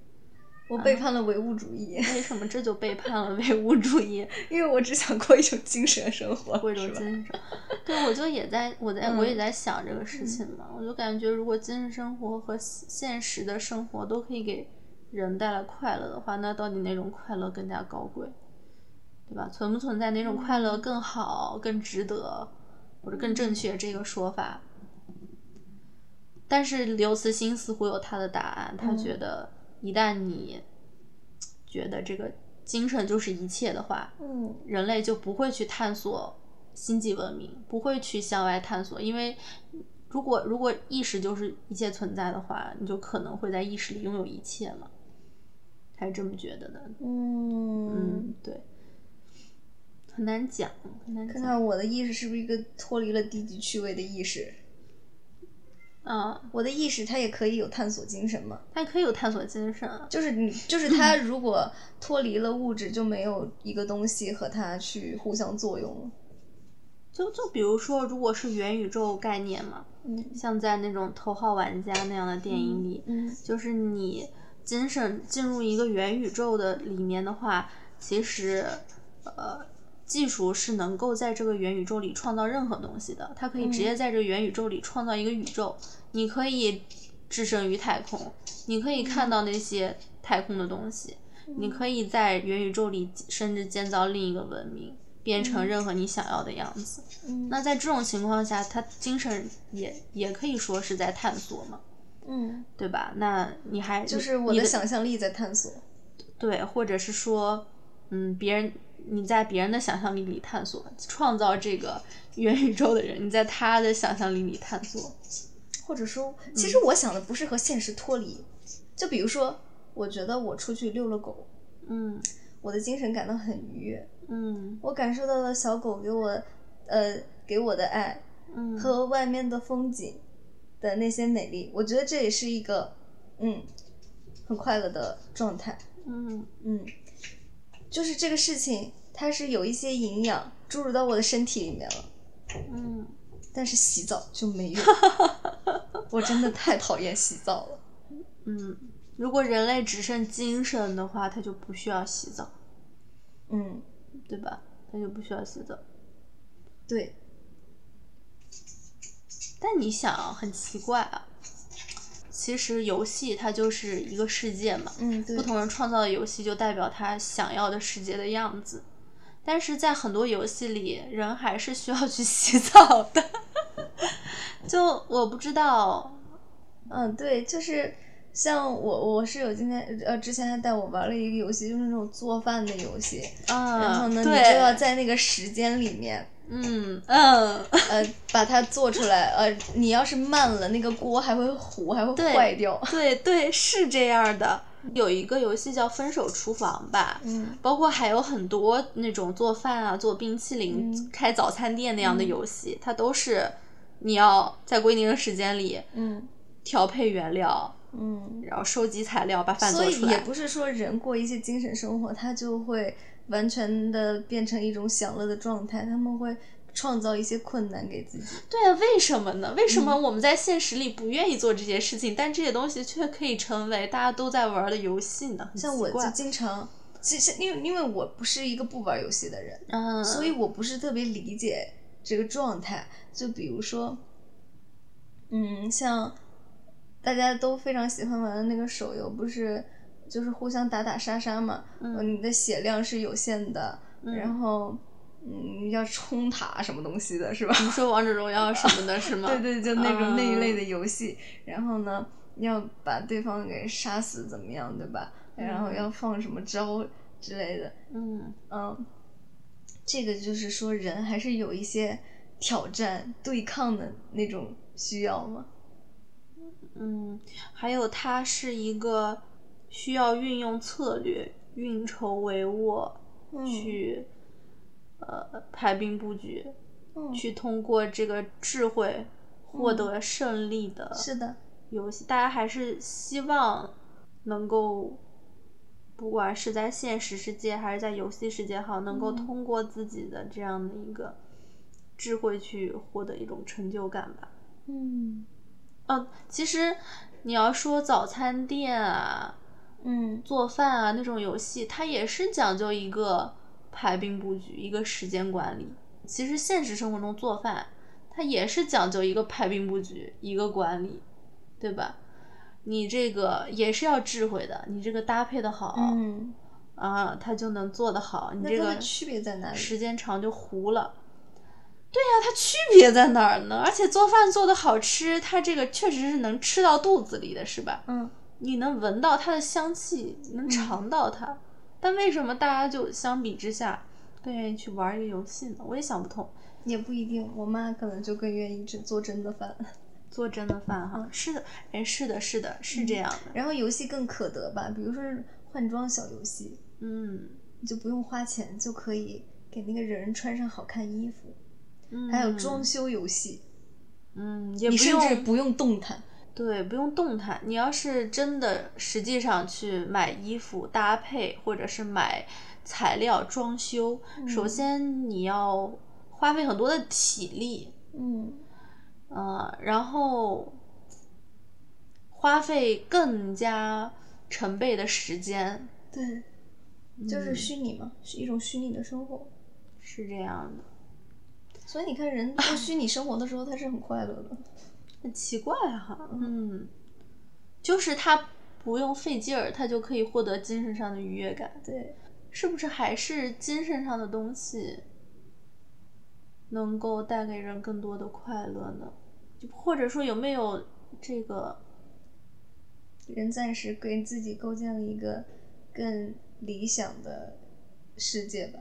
S2: 我
S1: 啊
S2: 背叛了唯物主义。 (laughs)
S1: 为什么这就背叛了唯物主义？
S2: 因为我只想过一种精神生活，
S1: 过一种
S2: 是吧
S1: 精神
S2: (laughs)
S1: 生活。对，我就也在，我在、我也
S2: 嗯
S1: 在想这个事情嘛。我就感觉，如果精神生活和现现实的生活都可以给人带来快乐的话，那到底哪种快乐更加高贵，对吧？存不存在哪种快
S2: 嗯
S1: 乐更好、更值得，或者更正确这个说法？但是刘慈欣似乎有他的答案，他
S2: 嗯
S1: 觉得一旦你觉得这个精神就是一切的话，
S2: 嗯
S1: 人类就不会去探索星际文明，不会去向外探索，因为如果如果意识就是一切存在的话，你就可能会在意识里拥有一切嘛，他是这么觉得的。嗯
S2: 嗯，，
S1: 对，很难讲，很难
S2: 看
S1: 讲。
S2: 看我的意识是不是一个脱离了低级趣味的意识？
S1: 啊，
S2: 我的意识它也可以有探索精神嘛？
S1: 它可以有探索精神啊。
S2: 就是你，就是它
S1: 嗯
S2: 如果脱离了物质，就没有一个东西和它去互相作用了。
S1: 就就比如说，如果是元宇宙概念嘛，
S2: 嗯
S1: 像在那种《头号玩家》那样的电影里，
S2: 嗯
S1: 就是你精神进入一个元宇宙的里面的话，其实呃，技术是能够在这个元宇宙里创造任何东西的，它可以直接在这个元宇宙里创造一个宇宙，你可以置身于太空，你可以看到那些太空的东西，你可以在元宇宙里甚至建造另一个文明。变成任何你想要的样子。
S2: 嗯
S1: 那在这种情况下，他精神也也可以说是在探索嘛。
S2: 嗯，
S1: 对吧？那你还
S2: 就是我
S1: 你
S2: 的
S1: 的
S2: 想象力在探索。
S1: 对，或者是说，嗯，别人你在别人的想象力里探索，创造这个 (laughs) 元宇宙的人，你在他的想象力里探索。
S2: 或者说，
S1: 嗯
S2: 其实我想的不是和现实脱离。就比如说，我觉得我出去遛了狗，
S1: 嗯
S2: 我的精神感到很愉悦，
S1: 嗯
S2: 我感受到了小狗给我，呃，给我的爱
S1: 嗯，
S2: 和外面的风景的那些美丽。我觉得这也是一个，嗯，很快乐的状态。
S1: 嗯
S2: 嗯，就是这个事情，它是有一些营养注入到我的身体里面了。
S1: 嗯，
S2: 但是洗澡就没
S1: (laughs)
S2: 有，我真的太讨厌洗澡了。
S1: 嗯。如果人类只剩精神的话，他就不需要洗澡，
S2: 嗯，
S1: 对吧？他就不需要洗澡。
S2: 对，
S1: 但你想啊，很奇怪啊，其实游戏它就是一个世界嘛，
S2: 嗯，对
S1: 不同人创造的游戏就代表他想要的世界的样子。但是在很多游戏里，人还是需要去 (laughs) 洗澡的。 (laughs) 就我不知道，
S2: 嗯，对，就是像我，我是有今天呃之前还带我玩了一个游戏，就是那种做饭的游戏。然后
S1: 嗯，
S2: 呢，
S1: 对，
S2: 你就要在那个时间里面，
S1: 嗯嗯， (laughs)
S2: 呃，把它做出来。呃，你要是慢了，那个锅还会糊，还会
S1: 对
S2: 坏掉。
S1: 对对，是这样的。有一个游戏叫《分手厨房》吧，
S2: 嗯
S1: 包括还有很多那种做饭啊、做冰淇淋、
S2: 嗯
S1: 开早餐店那样的
S2: 嗯
S1: 游戏，它都是你要在规定的时间里
S2: 嗯
S1: 调配原料，
S2: 嗯。
S1: 然后收集材料把饭
S2: 所
S1: 做
S2: 以
S1: 出
S2: 也
S1: 来。
S2: 不是说人过一些精神生活，他就会完全的变成一种享乐的状态，他们会创造一些困难给自己。
S1: 对啊，为什么呢？为什么我们在现实里不愿意做这些事情，但这些东西却可以成为大家都在玩的游戏呢？很
S2: 像
S1: 奇
S2: 我
S1: 怪
S2: 就经常，其实因为因为我不是一个不玩游戏的人，
S1: 嗯，
S2: 所以我不是特别理解这个状态。就比如说，嗯，像大家都非常喜欢玩的那个手游，不是就是互相打打杀杀嘛？呃
S1: 嗯
S2: 你的血量是有限的，
S1: 嗯
S2: 然后嗯，要冲塔什么东西的是吧？
S1: 你说王者荣耀什么的，是吗？
S2: (laughs) 对对，就那种那一类
S1: 嗯
S2: 的游戏。然后呢，要把对方给杀死，怎么样，对吧？然后
S1: 嗯
S2: 要放什么招之类的，
S1: 嗯
S2: 嗯，这个就是说人还是有一些挑战、对抗的那种需要嘛。
S1: 嗯，还有它是一个需要运用策略、运筹帷幄
S2: 嗯
S1: 去、呃排兵布局，
S2: 嗯，
S1: 去通过这个智慧获得胜利的。
S2: 是的，
S1: 游戏，大家还是希望能够，不管是在现实世界还是在游戏世界哈，能够
S2: 嗯
S1: 通过自己的这样的一个智慧去获得一种成就感吧。
S2: 嗯
S1: 嗯、其实你要说早餐店啊、
S2: 嗯
S1: 做饭啊那种游戏，它也是讲究一个排兵布局、一个时间管理。其实现实生活中做饭，它也是讲究一个排兵布局、一个管理，对吧？你这个也是要智慧的，你这个搭配的好、
S2: 嗯，
S1: 啊，它就能做得好。你
S2: 那
S1: 这
S2: 它
S1: 个
S2: 的区别在哪里？嗯
S1: 时间长就糊了。对呀、它区别在哪儿呢？而且做饭做的好吃，它这个确实是能吃到肚子里的，是吧？
S2: 嗯，
S1: 你能闻到它的香气，能尝到它。但为什么大家就相比之下更愿意去玩一个游戏呢？我也想不通。
S2: 也不一定，我妈可能就更愿意只做真的饭，
S1: 做真的饭
S2: 嗯
S1: 哈，是的，哎，是的，是的，是这样的。
S2: 然后游戏更可得吧，比如说换装小游戏，
S1: 嗯，
S2: 你就不用花钱就可以给那个人穿上好看衣服，
S1: 嗯
S2: 还有装，修游戏，
S1: 嗯，也
S2: 你
S1: 不
S2: 甚至
S1: 用
S2: 不用动弹，
S1: 对，不用动弹。你要是真的实际上去买衣服搭配，或者是买材料装修，首
S2: 嗯
S1: 先你要花费很多的体力，
S2: 嗯，
S1: 呃，然后花费更加成倍的时间，
S2: 对，就是
S1: 嗯
S2: 虚拟嘛，是一种虚拟的生活，
S1: 是这样的。
S2: 所以你看人过虚拟生活的时候，他是很快乐的，
S1: 很奇怪哈、嗯，就是他不用费劲儿，他就可以获得精神上的愉悦感，
S2: 对，
S1: 是不是？还是精神上的东西能够带给人更多的快乐呢？就或者说有没有这个？
S2: 人暂时给自己构建了一个更理想的世界吧。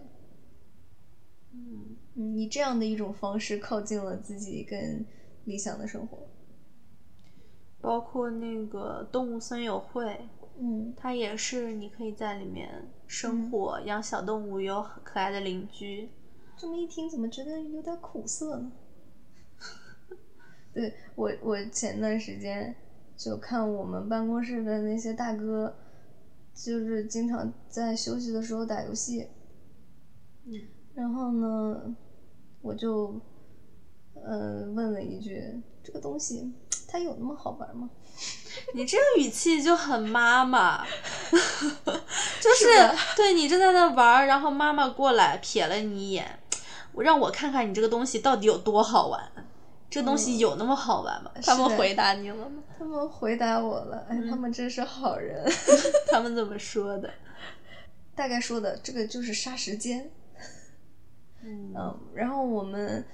S1: 嗯，
S2: 嗯，以这样的一种方式靠近了自己跟理想的生活。
S1: 包括那个动物森友会，
S2: 嗯
S1: 它也是你可以在里面
S2: 嗯
S1: 生活，养小动物，有很可爱的邻居。
S2: 这么一听，怎么觉得有点苦涩呢？ (laughs) 对我，我前段时间就看我们办公室的那些大哥，就是经常在休息的时候打游戏。
S1: 嗯。
S2: 然后呢，我就，呃，问了一句：“这个东西，它有那么好玩吗
S1: 你这个语气就很妈妈， (laughs) 就是
S2: 是的
S1: 对你正在那玩儿，然后妈妈过来瞥了你一眼，我让我看看你这个东西到底有多好玩，这东西有那么好玩吗？他
S2: 嗯是
S1: 们
S2: 的
S1: 回答你了吗？？”
S2: 他们回答我了：“哎，他
S1: 嗯
S2: 们真是好人。” (laughs)
S1: 他们怎么说的？
S2: 大概说的这个就是杀时间。
S1: 嗯
S2: 嗯，然后我们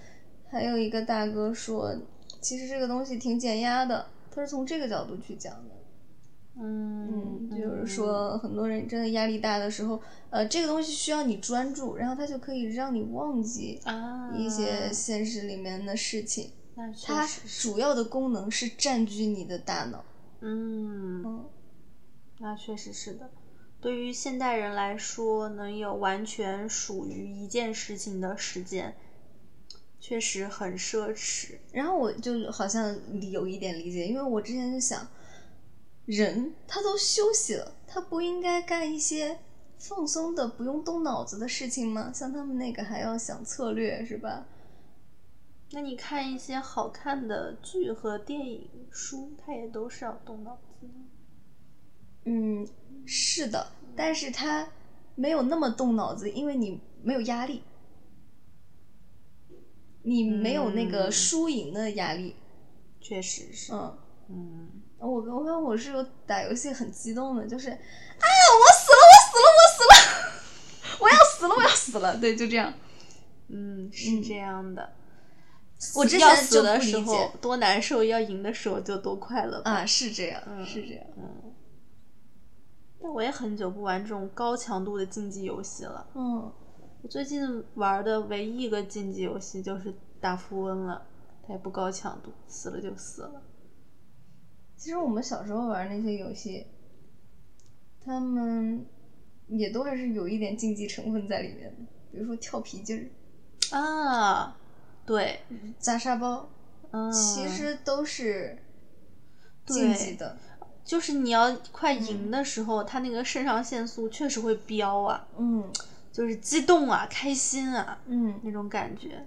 S2: 还有一个大哥说，其实这个东西挺减压的，他是从这个角度去讲的。
S1: 嗯
S2: 就是，说很多人真的压力大的时候，呃，这个东西需要你专注，然后它就可以让你忘记
S1: 啊，
S2: 一些现实里面的事情。
S1: 那确
S2: 它
S1: 实是
S2: 主要的功能是占据你的大脑。
S1: 嗯，
S2: 嗯，
S1: 那确实是的。对于现代人来说，能有完全属于一件事情的时间，确实很奢侈。
S2: 然后我就好像有一点理解，因为我之前就想，人他都休息了，他不应该干一些放松的、不用动脑子的事情吗？像他们那个还要想策略是吧？
S1: 那你看一些好看的剧和电影、书，它也都是要动脑子的。
S2: 嗯，是的，但是他没有那么动脑子，因为你没有压力，你没有那个
S1: 嗯
S2: 输赢的压力。
S1: 确实是，
S2: 嗯，
S1: 嗯，
S2: 我跟我跟我室友打游戏很激动的，就是，哎呀，我死了，我死了，我死了，我要死 (laughs) 了，我要死了，对，就这样。
S1: 嗯，是这样的。
S2: 我之
S1: 要
S2: 前
S1: 死
S2: 就
S1: 的
S2: 不
S1: 时
S2: 理
S1: 候
S2: 解
S1: 多难受，要赢的时候就多快乐吧。
S2: 啊，是这样，
S1: 嗯
S2: 是这样。
S1: 但我也很久不玩这种高强度的竞技游戏了。
S2: 嗯，
S1: 我最近玩的唯一一个竞技游戏就是打富翁了，它也不高强度，死了就死了。
S2: 其实我们小时候玩那些游戏，他们也都还是有一点竞技成分在里面的，比如说跳皮筋儿、
S1: 啊，对，
S2: 砸沙包，
S1: 嗯，
S2: 其实都是
S1: 对
S2: 竞技的。
S1: 就是你要快赢的时候，他那个肾上腺素确实会飙啊，
S2: 嗯
S1: 就是激动啊、开心啊
S2: 嗯，
S1: 那种感觉。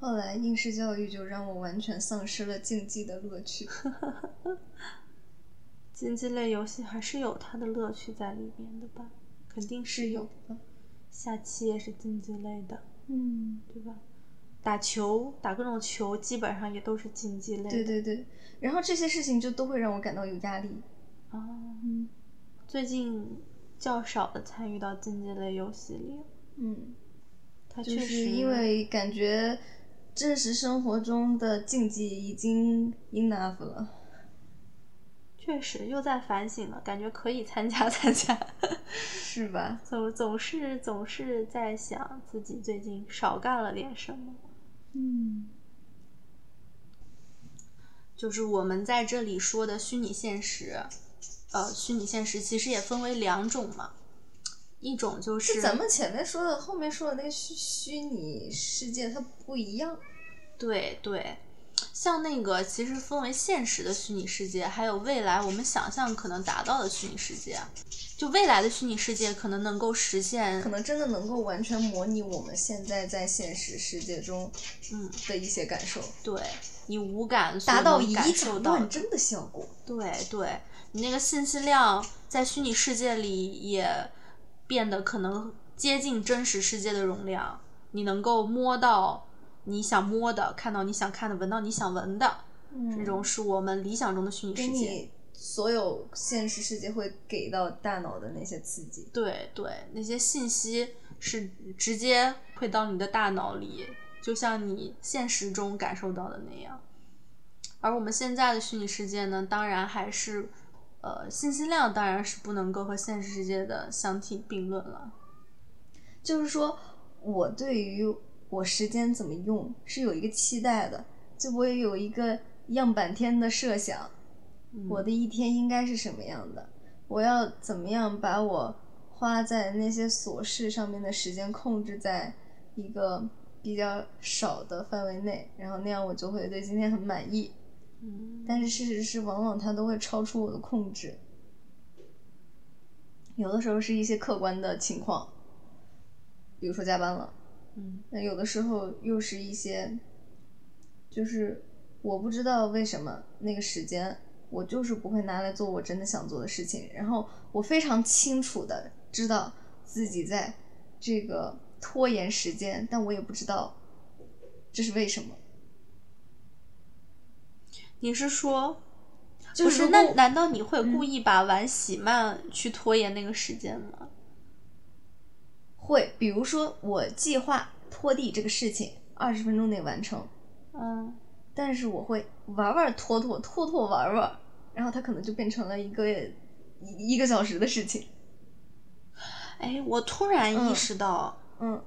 S2: 后来应试教育就让我完全丧失了竞技的乐趣。
S1: 竞技类游戏还是有它的乐趣在里面的吧？肯定是有。
S2: 的。
S1: 下棋也是竞技类的，
S2: 嗯，
S1: 对吧？打球，打各种球，基本上也都是竞技类的。
S2: 对对对，然后这些事情就都会让我感到有压力。
S1: 嗯，最近较少的参与到竞技类游戏里了，
S2: 嗯，
S1: 它确
S2: 就
S1: 实
S2: 是因为感觉真实生活中的竞技已经 enough 了。
S1: 确实又在反省了，感觉可以参加 (laughs) 参加，
S2: 是吧？
S1: 总总是总是在想自己最近少干了点什么。
S2: 嗯，
S1: 就是我们在这里说的虚拟现实，呃，虚拟现实其实也分为两种嘛，一种就是
S2: 是咱们前面说的，后面说的那个虚虚拟世界它不一样。
S1: 对对，像那个其实分为现实的虚拟世界，还有未来我们想象可能达到的虚拟世界。就未来的虚拟世界可能能够实现
S2: 可，能真的能够完全模拟我们现在在现实世界中
S1: 嗯，
S2: 的一些感受，
S1: 对你无感所
S2: 达到
S1: 能
S2: 以
S1: 感
S2: 假
S1: 受到
S2: 乱
S1: 的，
S2: 真的效果。
S1: 对对，你那个信息量在虚拟世界里也变得可能接近真实世界的容量，你能够摸到你想摸的，看到你想看的，闻到你想闻的，
S2: 嗯
S1: 这种是我们理想中的虚拟
S2: 给
S1: 世界。
S2: 你所有现实世界会给到大脑的那些刺激。
S1: 对对，那些信息是直接会到你的大脑里，就像你现实中感受到的那样。而我们现在的虚拟世界呢，当然还是，呃，信息量当然是不能够和现实世界的相提并论了。
S2: 就是说，我对于我时间怎么用是有一个期待的，就我也有一个样板天的设想，
S1: 嗯
S2: 我的一天应该是什么样的，我要怎么样把我花在那些琐事上面的时间控制在一个比较少的范围内，然后那样我就会对今天很满意。
S1: 嗯，
S2: 但是事实是，往往它都会超出我的控制。有的时候是一些客观的情况，比如说加班了；
S1: 嗯
S2: 那有的时候又是一些，就是我不知道为什么那个时间，我就是不会拿来做我真的想做的事情。然后我非常清楚的知道自己在这个拖延时间，但我也不知道这是为什么。
S1: 你是说，
S2: 就
S1: 不
S2: 如
S1: 是？嗯
S2: 果
S1: 那难道你会故意把碗洗慢去拖延那个时间吗？
S2: 会，比如说我计划拖地这个事情二十分钟内完成，
S1: 嗯，
S2: 但是我会玩玩拖拖拖拖玩玩，然后它可能就变成了一个一一个小时的事情。
S1: 哎，我突然意
S2: 嗯
S1: 识到。
S2: 嗯，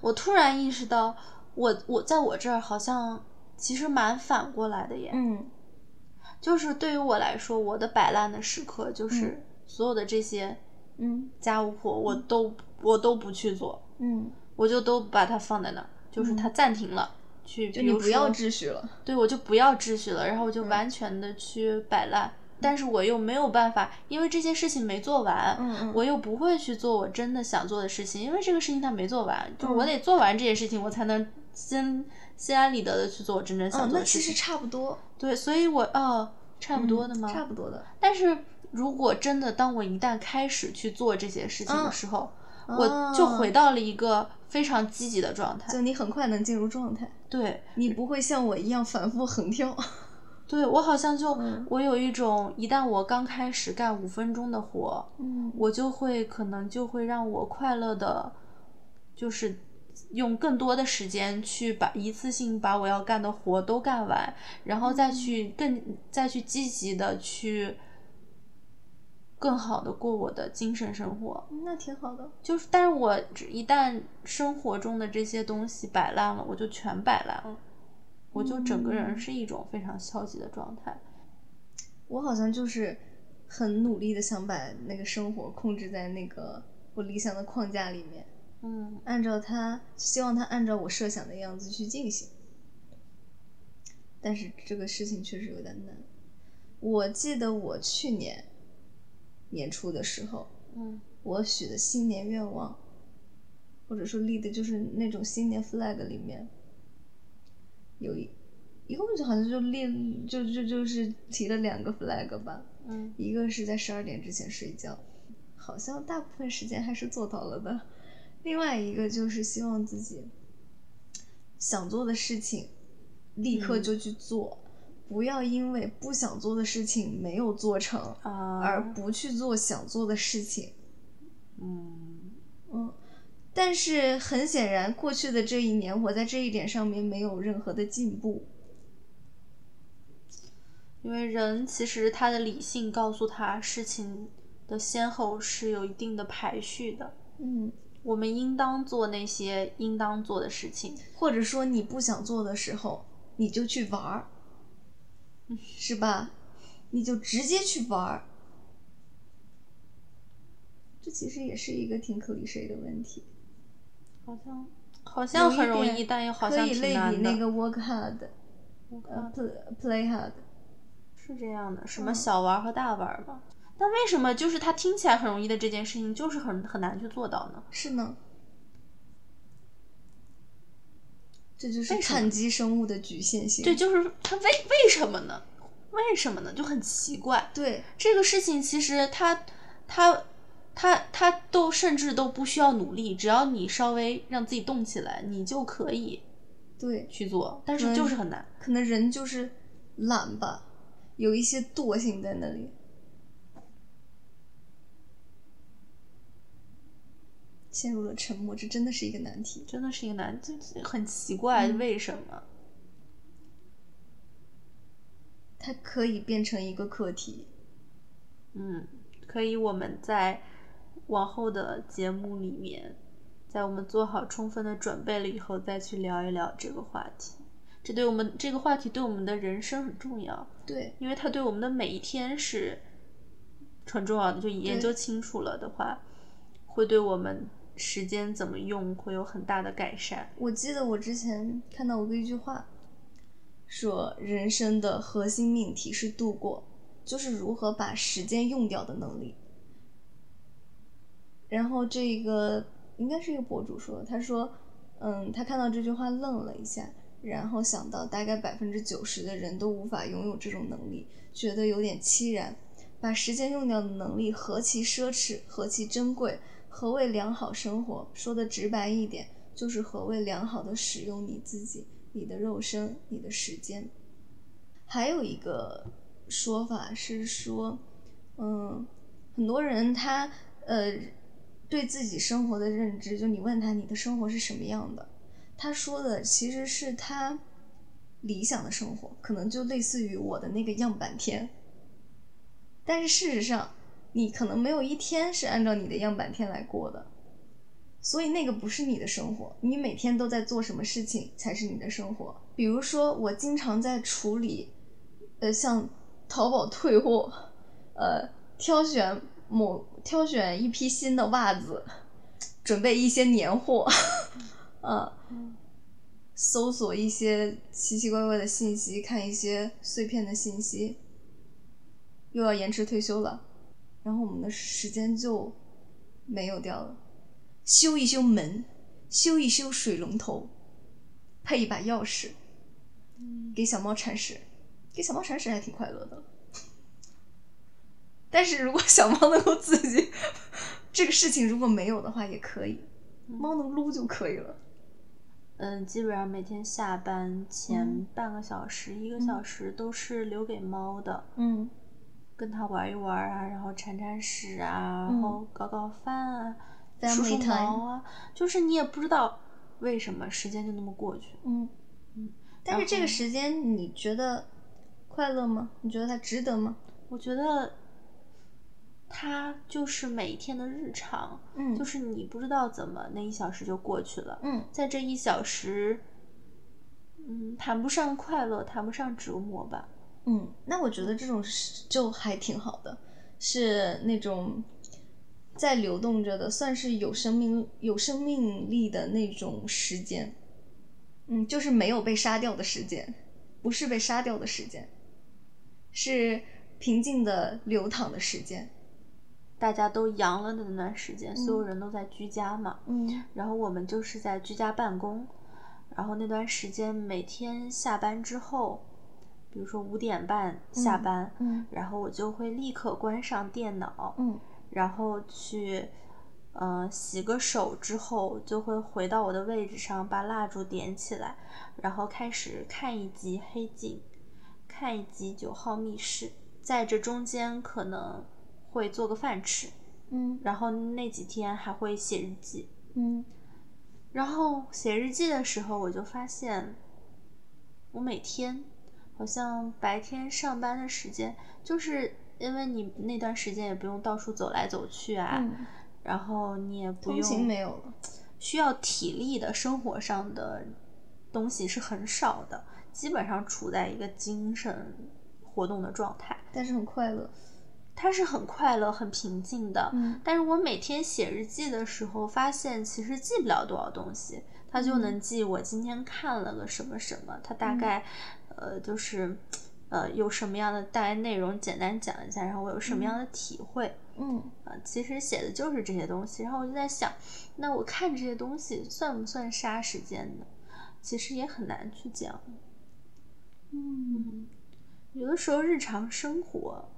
S1: 我突然意识到，我我在我这儿好像其实蛮反过来的耶。
S2: 嗯，
S1: 就是对于我来说，我的摆烂的时刻就是所有的这些
S2: 嗯
S1: 家务活我都、我都不去做，
S2: 嗯，
S1: 我就都把它放在那儿，就是它暂停了。去，
S2: 就
S1: 比
S2: 你
S1: 如
S2: 不要
S1: 说
S2: 秩序了。
S1: 对我就不要秩序了，然后我就
S2: 嗯
S1: 完全的去摆烂，但是我又没有办法，因为这些事情没做完，
S2: 嗯嗯，
S1: 我又不会去做我真的想做的事情，因为这个事情它没做完，就是我
S2: 嗯
S1: 得做完这些事情，我才能心心安理得的去做我真正想
S2: 嗯，
S1: 做
S2: 那
S1: 的事
S2: 其实
S1: 情。
S2: 差不多，
S1: 对，所以我哦，差不多的吗？
S2: 嗯差不多的。
S1: 但是如果真的当我一旦开始去做这些事情的
S2: 嗯
S1: 时候，
S2: 哦
S1: 我就回，到了一个非常积极的状态。
S2: 就你很快能进入状态，
S1: 对，
S2: 你不会像我一样反复横跳。
S1: 对我好像就、
S2: 嗯
S1: 我有一种，一旦我刚开始干五分钟的活，
S2: (laughs) 嗯
S1: 我就会可能就会让我快乐的，就是用更多的时间去把一次性把我要干的活都干完，然后
S2: 嗯
S1: 再去更再去积极的去更好的过我的精神生活。
S2: 那挺好的。
S1: 就是，但是我只一旦生活中的这些东西摆烂了，我就全摆烂了，我就整个人
S2: 嗯
S1: 是一种非常消极的状态。
S2: 我好像就是很努力的想把那个生活控制在那个我理想的框架里面，
S1: 嗯
S2: 按照它，希望它按照我设想的样子去进行。但是这个事情确实有点难。我记得我去年年初的时候，
S1: 嗯
S2: 我许的新年愿望，或者说立的就是那种新年 flag 里面，有一一共就好像就立就就就是提了两个 flag 吧，
S1: 嗯
S2: 一个是在十二点之前睡觉，好像大部分时间还是做到了的。另外一个就是希望自己想做的事情立刻
S1: 嗯
S2: 就去做，不要因为不想做的事情没有做成，
S1: 啊，
S2: 而不去做想做的事情。
S1: 嗯
S2: 嗯，但是很显然，过去的这一年，我在这一点上面没有任何的进步。
S1: 因为人其实他的理性告诉他事情的先后是有一定的排序的，
S2: 嗯，
S1: 我们应当做那些应当做的事情。
S2: 或者说你不想做的时候，你就去玩儿，是吧？你就直接去玩儿。这其实也是一个挺 cliche 的问题，
S1: 好像好像很容
S2: 有一
S1: 易，
S2: 点
S1: 但又好像
S2: 可以
S1: 挺
S2: 类
S1: 难
S2: 比
S1: 的。嗯
S2: 那个 work hard，
S1: 我看
S2: 呃，play play hard。
S1: 是这样的，什么
S2: 嗯
S1: 小玩儿和大玩儿嘛。但为什么就是它听起来很容易的这件事情，就是很很难去做到呢？
S2: 是呢，这就是
S1: 为什么
S2: 碳基生物的局限性。
S1: 对，就是它为为什么呢？为什么呢？就很奇怪。
S2: 对
S1: 这个事情其实它它它它都甚至都不需要努力，只要你稍微让自己动起来，你就可以
S2: 对，
S1: 去做。但是就是很难。
S2: 可能人就是懒吧，有一些惰性在那里。陷入了沉默，这真的是一个难题。
S1: 真的是一个难，就是很奇怪，
S2: 嗯
S1: 为什么？
S2: 它可以变成一个课题。
S1: 嗯，可以，我们在往后的节目里面，在我们做好充分的准备了以后，再去聊一聊这个话题。这对我们这个话题对我们的人生很重要，
S2: 对，
S1: 因为它对我们的每一天是很重要的。就研
S2: 对
S1: 究清楚了的话，会对我们时间怎么用会有很大的改善。
S2: 我记得我之前看到过一句话，说人生的核心命题是度过，就是如何把时间用掉的能力。然后这个应该是一个博主说，他说，嗯，他看到这句话愣了一下，然后想到大概百分之九十的人都无法拥有这种能力，觉得有点凄然。把时间用掉的能力何其奢侈，何其珍贵，何谓良好生活？说的直白一点，就是何谓良好的使用你自己、你的肉身、你的时间。还有一个说法是说，嗯，很多人他呃对自己生活的认知，就你问他你的生活是什么样的，他说的其实是他理想的生活，可能就类似于我的那个样板天。但是事实上，你可能没有一天是按照你的样板天来过的，所以那个不是你的生活。你每天都在做什么事情才是你的生活？比如说，我经常在处理，呃，像淘宝退货，呃，挑选某挑选一批新的袜子，准备一些年货，呃，搜索一些奇奇怪怪的信息，看一些碎片的信息，又要延迟退休了，然后我们的时间就没有掉了。修一修门，修一修水龙头，配一把钥匙，
S1: 嗯
S2: 给小猫铲屎，给小猫铲屎还挺快乐的。但是如果小猫能够自己，这个事情如果没有的话也可以，猫能撸就可以了。
S1: 嗯，基本上每天下班前
S2: 嗯
S1: 半个小时、一个
S2: 嗯
S1: 小时都是留给猫的。
S2: 嗯
S1: 跟它玩一玩啊，然后铲铲屎啊，
S2: 嗯
S1: 然后搞搞饭啊，梳
S2: Family
S1: 梳毛啊，就是你也不知道为什么时间就那么过去。
S2: 嗯
S1: 嗯，
S2: 但是这
S1: 然
S2: 个
S1: 后
S2: 时间你觉得快乐吗？你觉得它值得吗？
S1: 我觉得它就是每一天的日常，
S2: 嗯
S1: 就是你不知道怎么那一小时就过去了，
S2: 嗯
S1: 在这一小时，嗯，谈不上快乐，谈不上折磨吧。
S2: 嗯，那我觉得这种是就还挺好的，是那种在流动着的，算是有生命、有生命力的那种时间。嗯，就是没有被杀掉的时间，不是被杀掉的时间，是平静的流淌的时间。
S1: 大家都阳了的那段时间，所有
S2: 嗯
S1: 人都在居家嘛，
S2: 嗯
S1: 然后我们就是在居家办公，然后那段时间每天下班之后，比如说五点半下班，
S2: 嗯
S1: 然后我就会立刻关上电脑，
S2: 嗯
S1: 然后去，呃，洗个手之后就会回到我的位置上，把蜡烛点起来，然后开始看一集《黑镜》，看一集《九号密室》，在这中间可能会做个饭吃，
S2: 嗯
S1: 然后那几天还会写日记。
S2: 嗯
S1: 然后写日记的时候，我就发现，我每天好像白天上班的时间，就是因为你那段时间也不用到处走来走去啊，
S2: 嗯，
S1: 然后你也不
S2: 通勤没
S1: 用
S2: 有了，
S1: 需要体力的生活上的东西是很少的，基本上处在一个精神活动的状态，
S2: 但是很快乐。
S1: 它是很快乐、很平静的。
S2: 嗯
S1: 但是我每天写日记的时候，发现其实记不了多少东西，它就能记我今天看了个什么什么，它大
S2: 嗯
S1: 概，呃，就是，呃，有什么样的大概内容，简单讲一下，然后我有什么样的体会。
S2: 嗯
S1: 啊，其实写的就是这些东西。然后我就在想，那我看这些东西算不算杀时间呢？其实也很难去讲。
S2: 嗯
S1: 嗯，有的时候日常生活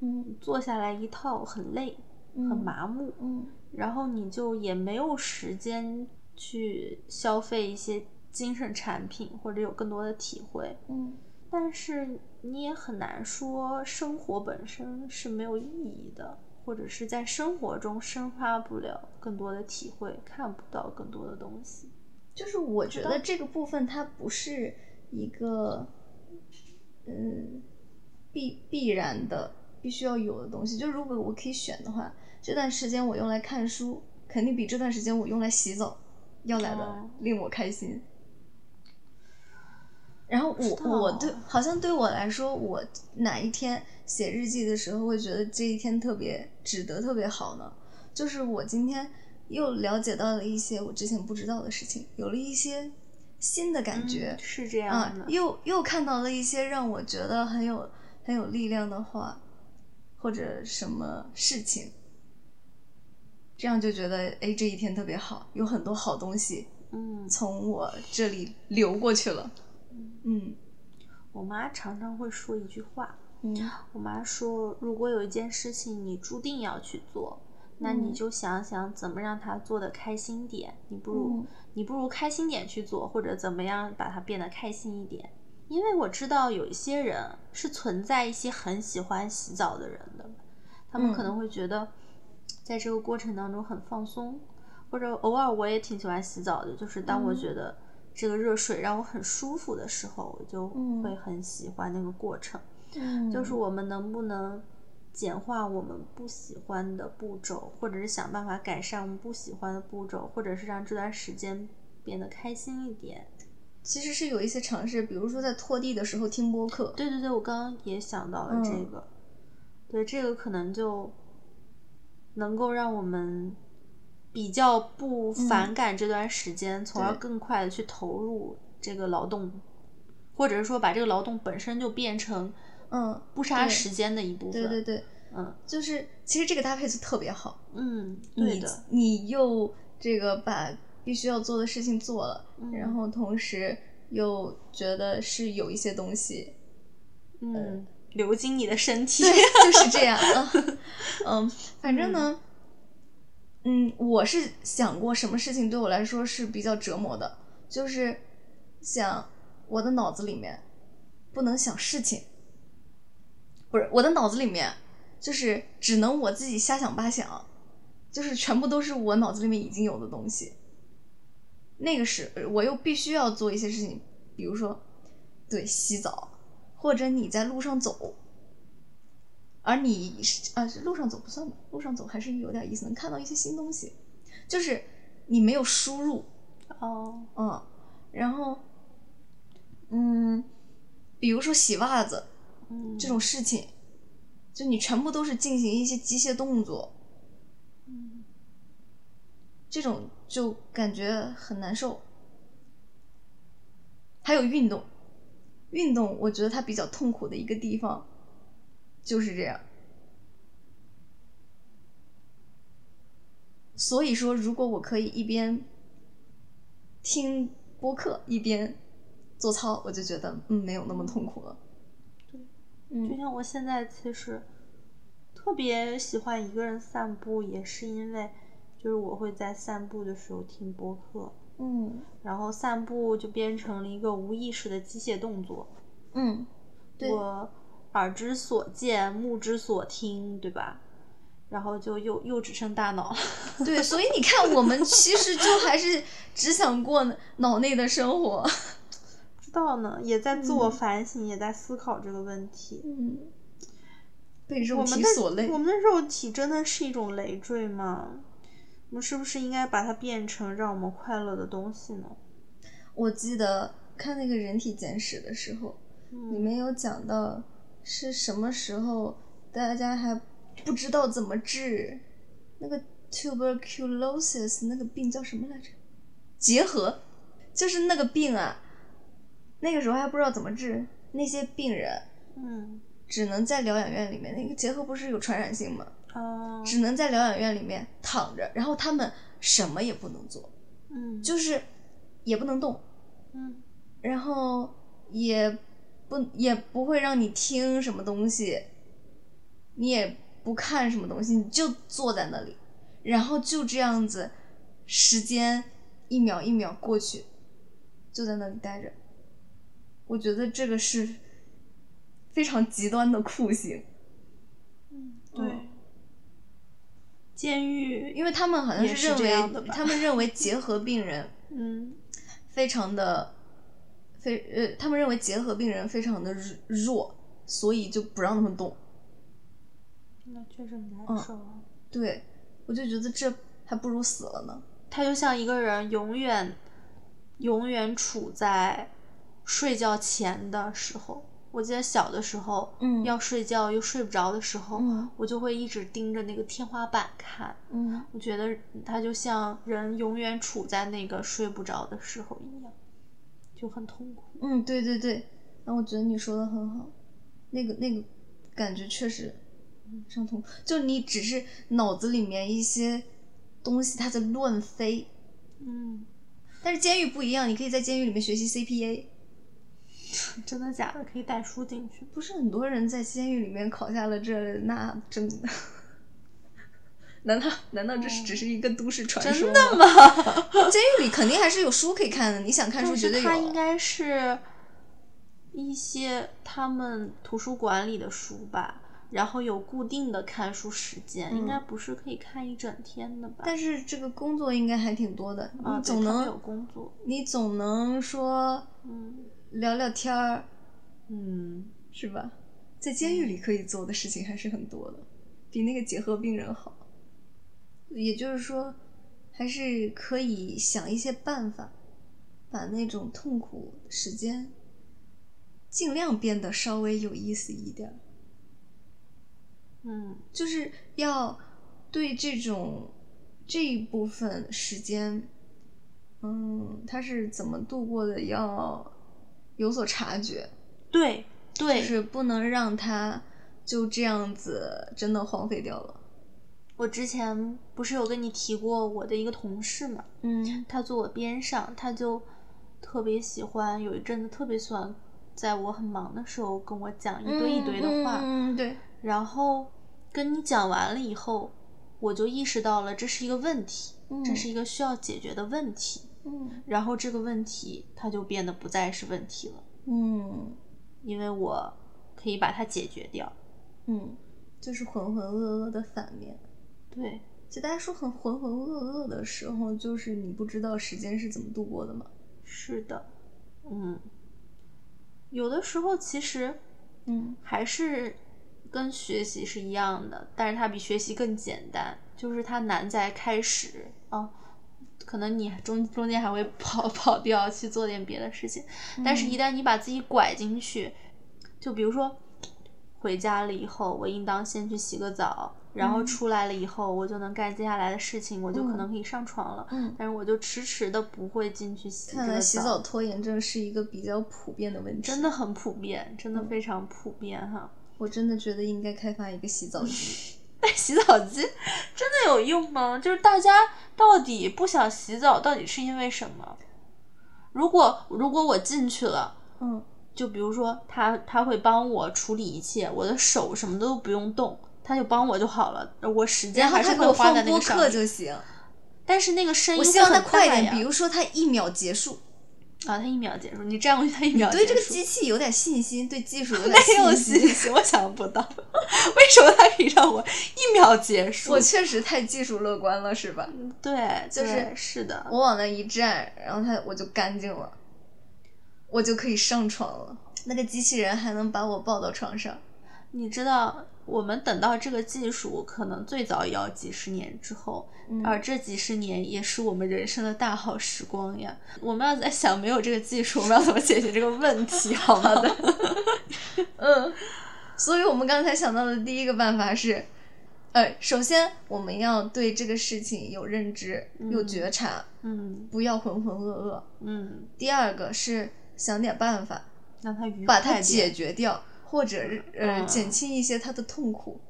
S2: 嗯
S1: 做下来一套很累，
S2: 嗯
S1: 很麻木。
S2: 嗯
S1: 然后你就也没有时间去消费一些精神产品，或者有更多的体会。
S2: 嗯
S1: 但是你也很难说生活本身是没有意义的，或者是在生活中生发不了更多的体会，看不到更多的东西。
S2: 就是我觉得这个部分它不是一个，嗯，必必然的必须要有的东西。就如果我可以选的话，这段时间我用来看书，肯定比这段时间我用来洗澡要来的
S1: 哦
S2: 令我开心。然后
S1: 不知
S2: 我
S1: 道
S2: 我对好像对我来说，我哪一天写日记的时候会觉得这一天特别值得，特别好呢？就是我今天又了解到了一些我之前不知道的事情，有了一些新的感觉
S1: 嗯、，是这样
S2: 啊
S1: 的，，
S2: 又又看到了一些让我觉得很有很有力量的话，或者什么事情，这样就觉得哎这一天特别好，有很多好东西
S1: 嗯，
S2: 从我这里流过去了，嗯
S1: 我妈常常会说一句话，
S2: 嗯
S1: 我妈说，如果有一件事情你注定要去做，那你
S2: 嗯
S1: 就想想怎么让它做的开心点。你不如、
S2: 嗯
S1: 你不如开心点去做，或者怎么样把它变得开心一点。因为我知道有一些人是存在一些很喜欢洗澡的人的，他们可
S2: 嗯
S1: 能会觉得在这个过程当中很放松，或者偶尔我也挺喜欢洗澡的，就是当我
S2: 嗯
S1: 觉得这个热水让我很舒服的时候，我就
S2: 嗯
S1: 会很喜欢那个过程。
S2: 嗯，
S1: 就是我们能不能简化我们不喜欢的步骤，或者是想办法改善我们不喜欢的步骤，或者是让这段时间变得开心一点。
S2: 其实是有一些尝试，比如说在拖地的时候听播客，
S1: 对对对，我刚刚也想到了这
S2: 嗯
S1: 个，对这个可能就能够让我们比较不反感这段时间，从而
S2: 嗯对
S1: 更快的去投入这个劳动，或者是说把这个劳动本身就变成
S2: 嗯，
S1: 不杀
S2: 对
S1: 时间的一部分。
S2: 对对对，
S1: 嗯
S2: 就是其实这个搭配就特别好，
S1: 嗯，对
S2: 你
S1: 的。
S2: 你又这个把必须要做的事情做了，
S1: 嗯
S2: 然后同时又觉得是有一些东西，
S1: 嗯，流经你的身体。
S2: 就是这样啊，嗯，反正呢，嗯，我是想过什么事情对我来说是比较折磨的，就是想我的脑子里面不能想事情，不是我的脑子里面就是只能我自己瞎想八想，就是全部都是我脑子里面已经有的东西。那个是呃我又必须要做一些事情，比如说对洗澡，或者你在路上走，而你是啊是路上走不算吧，路上走还是有点意思，能看到一些新东西，就是你没有输入，
S1: (laughs) 哦，
S2: 嗯，然后嗯，比如说洗袜子，
S1: 嗯，
S2: 这种事情，就你全部都是进行一些机械动作，
S1: 嗯
S2: 这种就感觉很难受。还有运动，运动我觉得它比较痛苦的一个地方就是这样。所以说，如果我可以一边听播客一边做操，我就觉得嗯没有那么痛苦了。嗯
S1: 就像我现在其实特别喜欢一个人散步，也是因为就是我会在散步的时候听播客，
S2: 嗯
S1: 然后散步就变成了一个无意识的机械动作。
S2: 嗯对
S1: 我耳之所见，目之所听，对吧？然后就又又只剩大脑了。 (laughs)
S2: 对，所以你看，我们其实就还是只想过脑内的生活。
S1: 不知道呢，也在自我
S2: 嗯
S1: 反省，也在思考这个问题。
S2: 嗯，被
S1: 我
S2: 肉
S1: 们
S2: 体
S1: 的
S2: 所累
S1: 我。们的肉体真的是一种累赘吗？我们是不是应该把它变成让我们快乐的东西呢？
S2: 我记得看那个人体简史的时候，里面有讲到是什么时候大家还不知道怎么治那个 tuberculosis 那个病叫什么来着？结核，就是那个病啊。那个时候还不知道怎么治，那些病人
S1: 嗯，
S2: 只能在疗养院里面。那个结核不是有传染性吗？
S1: 啊，
S2: 只能在疗养院里面躺着，然后他们什么也不能做，
S1: 嗯，
S2: 就是也不能动，
S1: 嗯
S2: 然后也不也不会让你听什么东西，你也不看什么东西，你就坐在那里，然后就这样子，时间一秒一秒过去，就在那里待着。我觉得这个是非常极端的酷刑，
S1: 对。监狱，
S2: 因为他们好像
S1: 也是
S2: 认
S1: 这样的
S2: 为
S1: 吧
S2: 他们认为结核病人
S1: 嗯
S2: 非常的非呃，他们认为结核病人非常的弱，所以就不让他们动。
S1: 那确实很难
S2: 嗯
S1: 受啊。
S2: 对，我就觉得这还不如死了呢。
S1: 他就像一个人永远永远处在睡觉前的时候。我记得小的时候，
S2: 嗯
S1: 要睡觉又睡不着的时候，
S2: 嗯
S1: 我就会一直盯着那个天花板看。
S2: 嗯，
S1: 我觉得他就像人永远处在那个睡不着的时候一样，就很痛苦。
S2: 嗯，对对对，然后我觉得你说的很好，那个那个感觉确实上头，就你只是脑子里面一些东西它在乱飞，
S1: 嗯，
S2: 但是监狱不一样，你可以在监狱里面学习 CPA。
S1: 真的假的？可以带书进去吗？
S2: 不是很多人在监狱里面考下了这那真的。难道难道这是只是一个都市传说？真的吗？ (laughs) 监狱里肯定还是有书可以看的，你想看书
S1: 但
S2: 绝
S1: 是
S2: 对
S1: 它应
S2: 有。
S1: 该是一些他们图书馆里的书吧，然后有固定的看书时间，
S2: 嗯
S1: 应该不是可以看一整天的吧？
S2: 但是这个工作应该还挺多的，
S1: 啊，对
S2: 你总
S1: 他们有
S2: 能
S1: 工作，
S2: 你总能说
S1: 嗯
S2: 聊聊天儿，
S1: 嗯，
S2: 是吧？在监狱里可以做的事情还是很多的，比那个结核病人好。也就是说，还是可以想一些办法，把那种痛苦时间尽量变得稍微有意思一点儿。
S1: 嗯
S2: 就是要对这种这一部分时间，嗯，他是怎么度过的，要有所察觉。
S1: 对对，
S2: 就是不能让它就这样子真的荒废掉了。
S1: 我之前不是有跟你提过我的一个同事嘛，
S2: 嗯
S1: 他坐我边上，他就特别喜欢，有一阵子特别喜欢。在我很忙的时候，跟我讲一堆一堆的话，
S2: 嗯，对，
S1: 然后跟你讲完了以后，我就意识到了这是一个问题，这
S2: 嗯
S1: 是一个需要解决的问题。
S2: 嗯
S1: 然后这个问题它就变得不再是问题了，
S2: 嗯
S1: 因为我可以把它解决掉。
S2: 嗯，就是浑浑噩噩的反面。
S1: 对，
S2: 就大家说很浑浑噩噩的时候，就是你不知道时间是怎么度过的嘛。
S1: 是的，嗯，有的时候其实
S2: 嗯
S1: 还是跟学习是一样的，但是它比学习更简单，就是它难在开始啊。可能你中中间还会跑 (laughs) 跑掉去做点别的事情，但
S2: 嗯
S1: 是，一旦你把自己拐进去，就比如说回家了以后，我应当先去洗个澡，然后
S2: 嗯
S1: 出来了以后，我就能干接下来的事情，我就可
S2: 嗯
S1: 能可以上床了。
S2: 嗯，
S1: 但是我就迟迟的不会进去洗
S2: 看
S1: 这
S2: 来
S1: 个
S2: 洗
S1: 澡
S2: 澡拖延症是一个比较普遍的问题。
S1: 真的，很普遍，真的
S2: 嗯
S1: 非常普遍哈。
S2: 我真的觉得应该开发一个洗
S1: (laughs)
S2: 澡机。
S1: 但洗澡机真的有用吗？就是大家到底不想洗澡，到底是因为什么？如果如果我进去了，
S2: 嗯
S1: 就比如说他他会帮我处理一切，我的手什么都不用动，他就帮我就好了。我时间
S2: 然后
S1: 还是
S2: 他给
S1: 会
S2: 我
S1: 花在
S2: 放
S1: 那
S2: 播
S1: 个上
S2: 客
S1: 面。
S2: 就行，
S1: 但是那个声音
S2: 我希
S1: 会
S2: 望他
S1: 很大
S2: 快
S1: 呀
S2: 点，比如说他一秒结束，
S1: 啊，它一秒结束，你占过去它一秒结束。
S2: 对这个机器有点信心，对
S1: (laughs)
S2: 技术有点
S1: 没有
S2: 信
S1: 信心，我想不到 (laughs) 为什么它可以让我一秒结束
S2: 我。确实太技术乐观了，是吧？
S1: 嗯对，
S2: 就是
S1: 对是的，
S2: 我往那一站，然后它我就干净了，我就可以上床了。那个机器人还能把我抱到床上，
S1: 你知道，我们等到这个技术，可能最早也要几十年之后，
S2: 嗯
S1: 而这几十年也是我们人生的大好时光呀。我们要在想，没有这个技术，我们要怎么解决这个问题？好吗？ (laughs)
S2: 嗯，所以我们刚才想到的第一个办法是，呃，首先我们要对这个事情有认知、有
S1: 嗯
S2: 觉察，
S1: 嗯
S2: 不要浑浑噩噩。
S1: 嗯，
S2: 第二个是想点办法，
S1: 让它愉快
S2: 把它
S1: 点
S2: 解决掉，或者呃
S1: 嗯
S2: 减轻一些他的痛苦，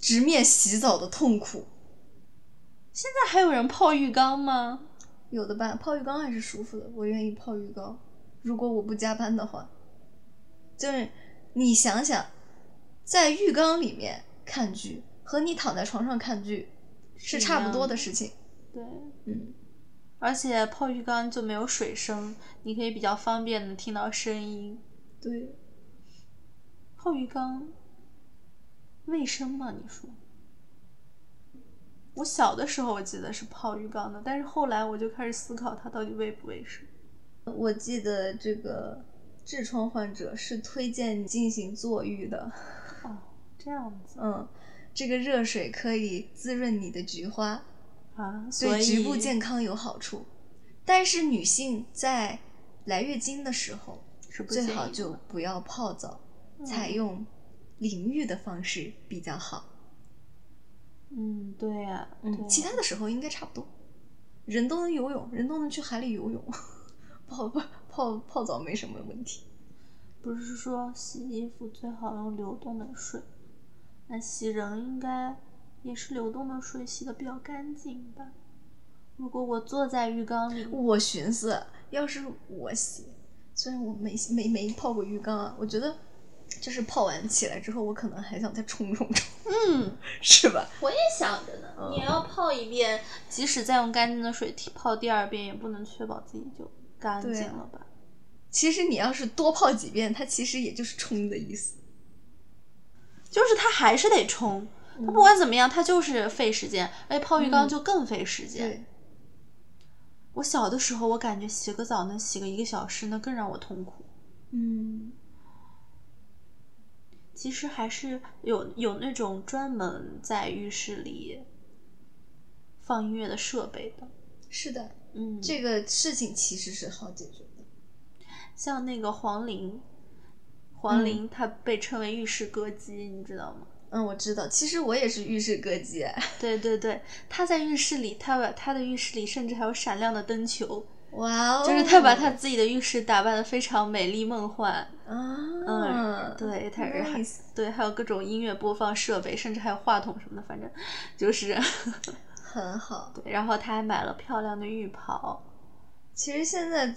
S2: 直面洗澡的痛苦。
S1: 现在还有人泡浴缸吗？
S2: 有的办泡浴缸还是舒服的，我愿意泡浴缸。如果我不加班的话，就是你想想，在浴缸里面看剧和你躺在床上看剧是
S1: 是一
S2: 差不
S1: 样
S2: 多的
S1: 的
S2: 事情。
S1: 对，
S2: 嗯，
S1: 而且泡浴缸就没有水声，你可以比较方便的听到声音。
S2: 对，
S1: 泡浴缸卫生吗？你说？我小的时候我记得是泡浴缸的，但是后来我就开始思考它到底卫不卫生。
S2: 我记得这个痔疮患者是推荐你进行坐浴的。
S1: 哦，这样子
S2: 嗯，这个热水可以滋润你的菊花，
S1: 啊，所
S2: 对
S1: 以
S2: 局部健康有好处。但是女性在来月经的时候，
S1: 是不
S2: 最
S1: 建
S2: 好
S1: 议
S2: 就不要泡澡，
S1: 嗯
S2: 采用淋浴的方式比较好。
S1: 嗯，对呀、对
S2: 嗯，其
S1: 呀
S2: 他的时候应该差不多。人都能游泳，人都能去海里游泳，泡泡泡泡澡没什么问题。
S1: 不是说洗衣服最好用流动的水，那洗人应该也是流动的水洗的比较干净吧？如果我坐在浴缸里，
S2: 我寻思，要是我洗，虽然我没没没泡过浴缸啊，我觉得就是泡完起来之后，我可能还想再冲冲冲，
S1: 嗯，
S2: (laughs) 是吧？
S1: 我也想着呢，你要泡一遍，即使再用干净的水提泡第二遍，也不能确保自己就干
S2: 对
S1: 净
S2: 啊
S1: 了吧？
S2: 其实你要是多泡几遍，它其实也就是冲的意思。
S1: 就是它还是得冲，嗯它不管怎么样，它就是费时间，而且泡浴缸
S2: 嗯
S1: 就更费时间。，我小的时候，我感觉洗个澡能洗个一个小时，那更让我痛苦。
S2: 嗯，
S1: 其实还是有有那种专门在浴室里放音乐的设备的，
S2: 是的，
S1: 嗯，
S2: 这个事情其实是好解决的。
S1: 像那个黄龄，黄
S2: 嗯
S1: 龄她被称为浴室歌姬，你知道吗？
S2: 嗯，我知道，其实我也是浴室歌姬，
S1: 对对对，她在浴室里，她把她的浴室里甚至还有闪亮的灯球，
S2: 哇哦，
S1: 就是她把她自己的浴室打扮的非常美丽梦幻。
S2: 啊
S1: 嗯，，对，她是还
S2: nice
S1: 对，还有各种音乐播放设备，甚至还有话筒什么的，反正就是 (laughs)
S2: 很好。
S1: 对。然后她还买了漂亮的浴袍，
S2: 其实现在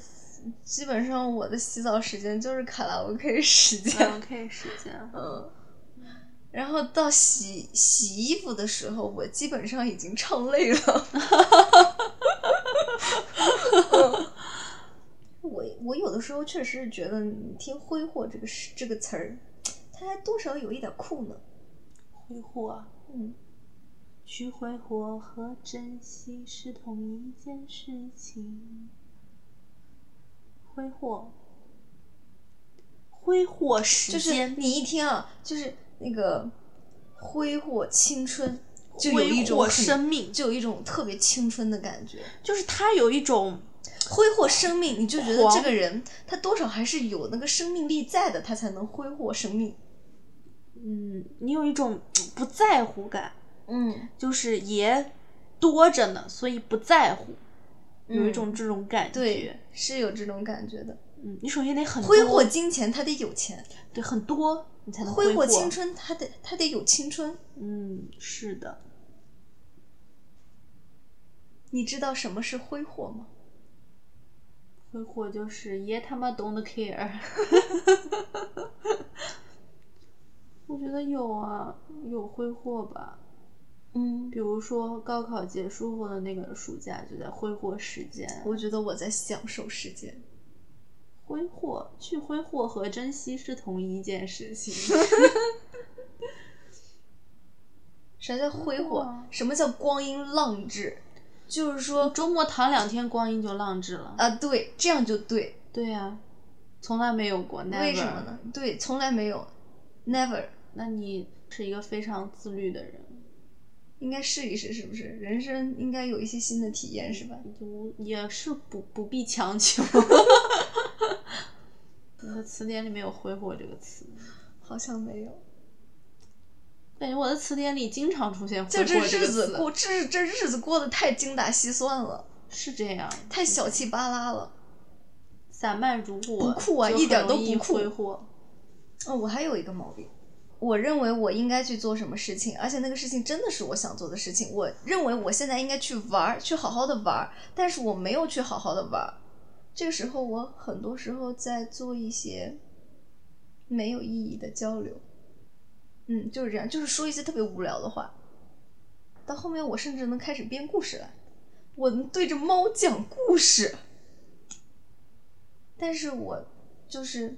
S2: 基本上我的洗澡时间就是卡拉 OK 时间，
S1: 嗯，可以时间。 (laughs)
S2: 嗯，然后到洗洗衣服的时候，我基本上已经唱累了。 (laughs) 嗯我我有的时候确实觉得，你听“挥霍”这个事这个词儿，它还多少有一点酷呢。
S1: 挥霍，
S2: 嗯，
S1: 去挥霍和珍惜是同一件事情。挥霍，挥霍时
S2: 就是
S1: 间，
S2: 你一听啊，就是那个挥霍青春，就有一
S1: 挥
S2: 种
S1: 霍
S2: 很
S1: 生命，
S2: 就有一种特别青春的感觉。
S1: 就是他有一种
S2: 挥霍生命，你就觉得
S1: 狂
S2: 这个人他多少还是有那个生命力在的，他才能挥霍生命。
S1: 嗯，你有一种嗯不在乎感，
S2: 嗯，
S1: 就是也多着呢，所以不在乎，有一
S2: 嗯
S1: 种这种感
S2: 对
S1: 觉。，
S2: 是有这种感觉的。
S1: 嗯，你首先得很
S2: 挥
S1: 多
S2: 霍金钱，他得有钱；
S1: 对很多，你才能
S2: 挥
S1: 霍
S2: 霍青。春，他得他得有青春。
S1: 嗯，是的。
S2: 你知道什么是挥霍吗？
S1: 挥霍就是爷他妈 don't care。我觉得有啊，有挥霍吧。
S2: 嗯
S1: 比，如说高考结束后的那个暑假，就在挥霍时间。
S2: 我觉得我在享受时间。
S1: 挥霍，去挥霍和珍惜是同一件事情。
S2: (laughs) 啥叫挥霍
S3: 哇？
S2: 什么叫光阴浪掷？就是说
S1: 周末躺两天，光阴就浪掷了。
S2: 啊，对，这样就对。
S1: 对呀、从来没有过。
S2: 为什
S1: never
S2: 么呢？对，从来没有，never，
S1: 那你是一个非常自律的人，
S2: 应该试一试，是不是？人生应该有一些新的体验，是吧？
S1: 就也是不不必强求。 (laughs) 你的词典里没有“挥霍”这个词，
S2: 好像没有。
S1: 感觉我的词典里经常出现“挥
S2: 就
S1: 霍”
S2: 这
S1: 个
S2: 日子
S1: 词
S2: 过，这这日子过得太精打细算了，
S1: 是这样，
S2: 太小气巴拉了。
S1: 散漫如我，
S2: 不酷啊
S1: 就
S2: 一点
S1: 很
S2: 都
S1: 容易
S2: 不酷
S1: 挥霍，
S2: 哦，我还有一个毛病，我认为我应该去做什么事情，而且那个事情真的是我想做的事情。我认为我现在应该去玩儿，去好好的玩儿，但是我没有去好好的玩儿。这个时候，我很多时候在做一些没有意义的交流，嗯，就是这样，就是说一些特别无聊的话。到后面，我甚至能开始编故事来，我能对着猫讲故事，但是我就是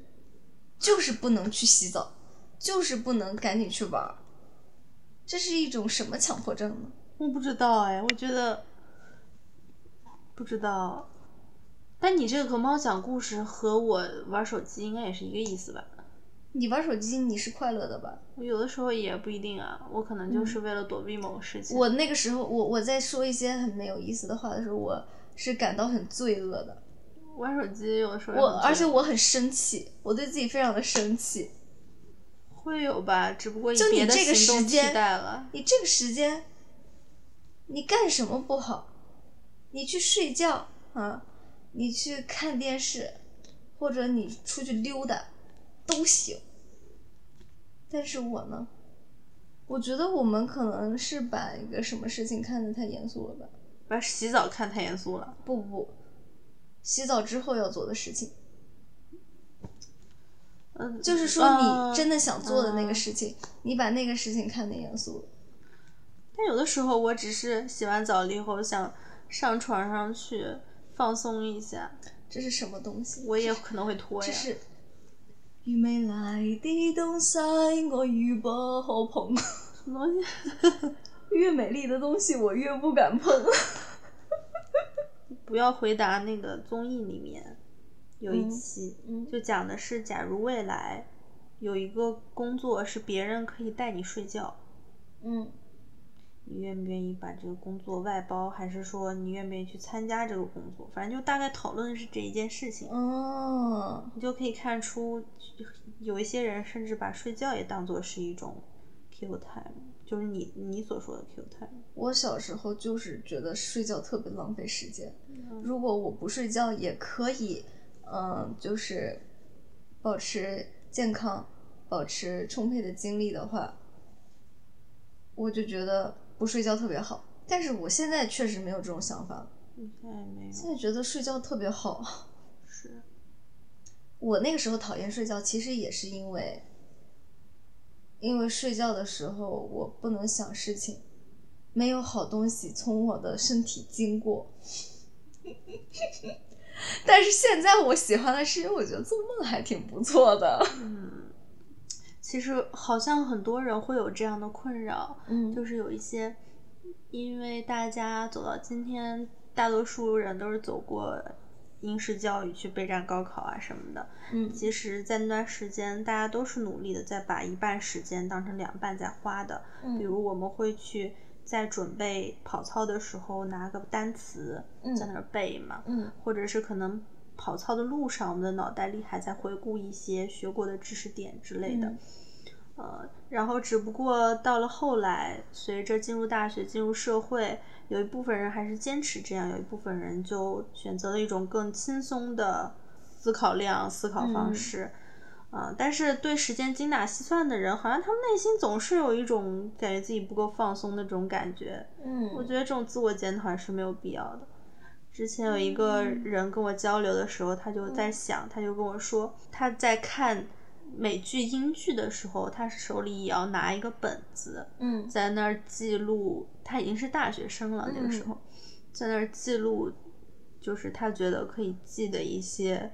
S2: 就是不能去洗澡，就是不能赶紧去玩儿，这是一种什么强迫症呢？
S1: 我不知道哎，我觉得不知道。但你这个和猫讲故事和我玩手机应该也是一个意思吧？
S2: 你玩手机你是快乐的吧？
S1: 我有的时候也不一定啊，我可能就是为了躲避某个事情。
S2: 嗯我那个时候，我我在说一些很没有意思的话的时候，我是感到很罪恶的，
S1: 玩手机有的时候也
S2: 我
S1: 很
S2: 而且
S1: 自由
S2: 我很生气，我对自己非常的生气。
S1: 会有吧，只不过以
S2: 就你
S1: 别的
S2: 这个
S1: 行
S2: 时
S1: 动替
S2: 间
S1: 代了。
S2: 你这个时间，你干什么不好？你去睡觉啊，你去看电视，或者你出去溜达，都行。但是我呢，我觉得我们可能是把一个什么事情看得太严肃了吧？
S1: 把洗澡看太严肃了，
S2: 不不，洗澡之后要做的事情，
S1: 嗯，
S2: 就是说
S1: 呃
S2: 你真的想做的那个
S1: 嗯
S2: 事情，你把那个事情看得严肃了。
S1: 但有的时候我只是洗完澡了以后想上床上去放松一下，
S2: 这是什么东西？
S1: 我也可能会啊拖呀
S2: 这。是如未來的東西，我愈不可碰。 (laughs)
S1: 什么东西？
S2: 越美丽的东西，我越不敢碰。
S1: 不要回答那个综艺里面有一
S2: 嗯
S1: 期，
S2: 嗯
S1: 就讲的是，假如未来有一个工作是别人可以带你睡觉，
S2: 嗯，
S1: 你愿不愿意把这个工作外包，还是说你愿不愿意去参加这个工作？反正就大概讨论的是这一件事
S2: 嗯
S1: 情。
S2: (laughs) 哦，
S1: 你就可以看出，有一些人甚至把睡觉也当做是一种 Q time，就是你你所说的 Q time。
S2: 我小时候就是觉得睡觉特别浪费时间。如果我不睡觉，也可以，嗯，就是保持健康，保持充沛的精力的话，我就觉得不睡觉特别好。但是我现在确实没有这种想法了。
S1: 嗯现在没
S2: 现
S1: 有，
S2: 在觉得睡觉特别好。
S1: 是
S2: 我那个时候讨厌睡觉，其实也是因为，因为睡觉的时候我不能想事情，没有好东西从我的身体经过。 (laughs) 但是现在我喜欢的是，因为我觉得做梦还挺不错的。
S1: 嗯，其实好像很多人会有这样的困扰，
S2: 嗯
S1: 就是有一些，因为大家走到今天，大多数人都是走过应试教育去备战高考啊什么的，
S2: 嗯
S1: 其实，在那段时间，大家都是努力的在把一半时间当成两半在花的。
S2: 嗯
S1: 比如，我们会去在准备跑操的时候拿个单词
S2: 嗯
S1: 在那儿背嘛，
S2: 嗯
S1: 或者是可能跑操的路上，我们的脑袋里还在回顾一些学过的知识点之类的。
S2: 嗯
S1: 呃，然后只不过到了后来，随着进入大学、进入社会，有一部分人还是坚持这样，有一部分人就选择了一种更轻松的思考量、思考方
S2: 嗯
S1: 式。啊、但是对时间精打细算的人，好像他们内心总是有一种感觉自己不够放松的这种感觉。
S2: 嗯，
S1: 我觉得这种自我检讨还是没有必要的。之前有一个
S2: 嗯
S1: 人跟我交流的时候，他就在想，他就跟我说，他在看美剧、英剧的时候，他手里也要拿一个本子，
S2: 嗯
S1: 在那儿记录。他已经是大学生了，那个时
S2: 嗯
S1: 候，在那儿记录，就是他觉得可以记的一些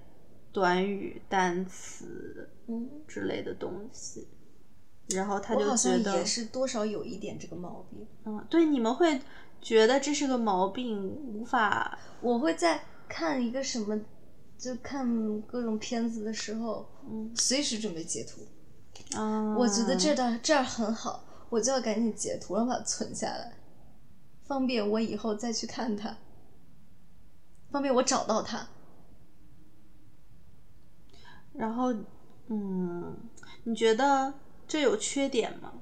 S1: 短语、单词
S2: 嗯，
S1: 之类的东西，然后他
S2: 我
S1: 就
S2: 好
S1: 觉
S2: 像
S1: 得
S2: 也，是多少有一点这个毛病。
S1: 嗯，对，你们会觉得这是个毛病，无法，
S2: 我会在看一个什么，就看各种片子的时候，
S1: 嗯，
S2: 随时准备截图。
S1: 啊，
S2: 我觉得这段这儿很好，我就要赶紧截图，然后把它存下来，方便我以后再去看它，方便我找到它。
S1: 然后，嗯，你觉得这有缺点吗？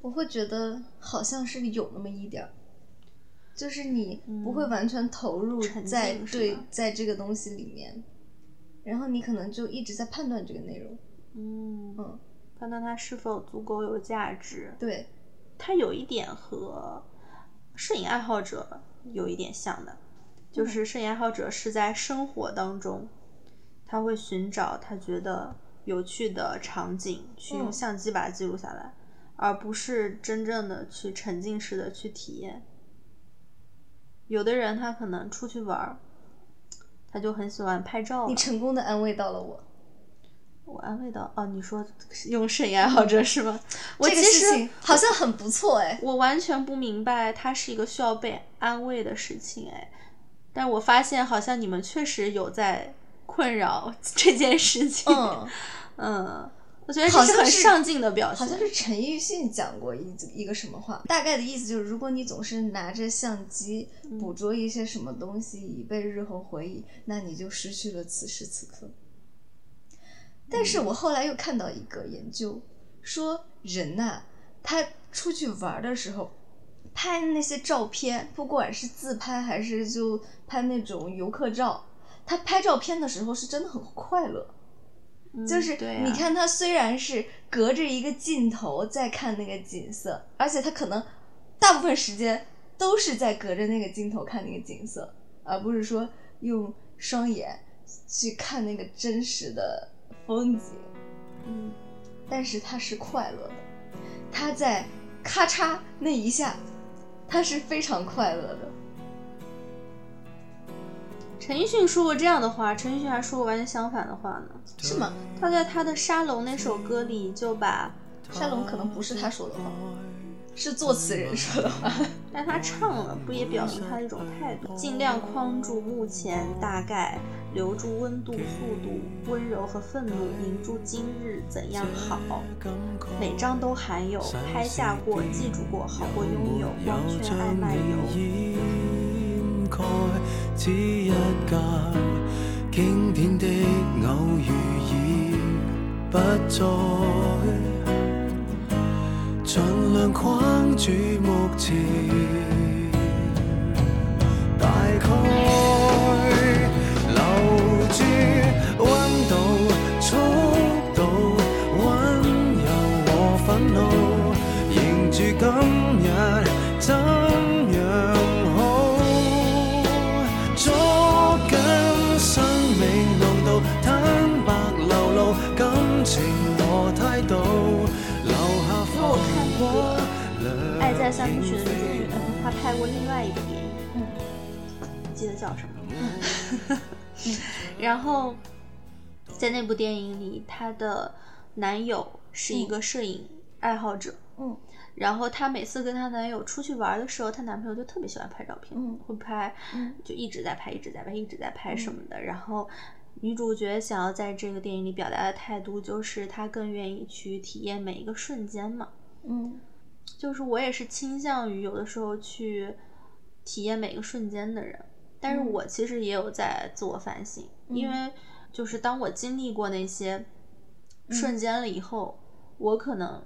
S2: 我会觉得好像是有那么一点儿，就是你不会完全投入
S1: 嗯沉浸
S2: 在、
S1: 是
S2: 对
S1: 吧
S2: 在这个东西里面，然后你可能就一直在判断这个内容。
S1: 嗯
S2: 嗯，
S1: 判断它是否足够有价值，
S2: 对，
S1: 它有一点和摄影爱好者有一点像的，
S2: 嗯
S1: 就是摄影爱好者是在生活当中，他会寻找他觉得有趣的场景，去用
S2: 嗯
S1: 相机把它记录下来，而不是真正的去沉浸式的去体验。有的人他可能出去玩儿，他就很喜欢拍照嘛。
S2: 你成功的安慰到了我。
S1: 我安慰到哦，你说用摄影爱好者是吗？我
S2: 这
S1: 其
S2: 个事
S1: 实
S2: 情好像很不错哎。
S1: 我完全不明白，它是一个需要被安慰的事情哎。但我发现好像你们确实有在困扰这件事情。
S2: 嗯，
S1: (laughs) 嗯我觉得
S2: 好
S1: 这
S2: 像
S1: 很
S2: 是
S1: 上进的表现。
S2: 好像是陈奕迅讲过一一个什么话，大概的意思就是，如果你总是拿着相机
S1: 嗯
S2: 捕捉一些什么东西以备日后回忆，那你就失去了此时此刻。但是我后来又看到一个研究，说人呐、他出去玩儿的时候，拍那些照片，不管是自拍还是就拍那种游客照，他拍照片的时候是真的很快乐。
S1: 嗯
S2: 就是
S1: 对、
S2: 你，看他虽然是隔着一个镜头在看那个景色，而且他可能大部分时间都是在隔着那个镜头看那个景色，而不是说用双眼去看那个真实的风景。
S1: 嗯，
S2: 但是他是快乐的，他在咔嚓那一下，他是非常快乐的。
S1: 陈奕迅说过这样的话，陈奕迅还说过完全相反的话呢。
S2: 是吗？
S1: 他在他的《沙龙》那首歌里就把，
S2: 沙龙可能不是他说的话，
S1: 哦
S2: 是作词人说的话。
S1: 但他唱了，不也表明他这种态度？尽量框住目前大概，留住温度、速度、温柔和愤怒，凝住今日怎样好。每张都含有拍下过、记住过、好过拥有、光圈爱漫游。
S4: 掩盖只一格經典的偶遇已不再，盡量框住目前大概留住温度、速度、温柔和憤怒，凝住今日怎樣好？捉緊生命濃度，坦白流露感情和態度，留下
S1: 因为我看那个《爱在三部曲》的女主角，嗯她拍过另外一个电影，
S2: 嗯
S1: 不记得叫什么。
S2: 嗯
S1: (laughs) 然后在那部电影里，她的男友是一个摄影爱好者，
S2: 嗯
S1: 然后她每次跟她男友出去玩的时候，她男朋友就特别喜欢拍照片，
S2: 嗯
S1: 会拍，
S2: 嗯
S1: 就一直在拍，一直在拍，一直在拍
S2: 嗯
S1: 什么的。然后女主角想要在这个电影里表达的态度，就是她更愿意去体验每一个瞬间嘛。
S2: 嗯
S1: 就是我也是倾向于有的时候去体验每个瞬间的人，但是
S2: 嗯
S1: 我其实也有在自我反省，因为就是当我经历过那些
S2: 嗯
S1: 瞬间了以后，我可能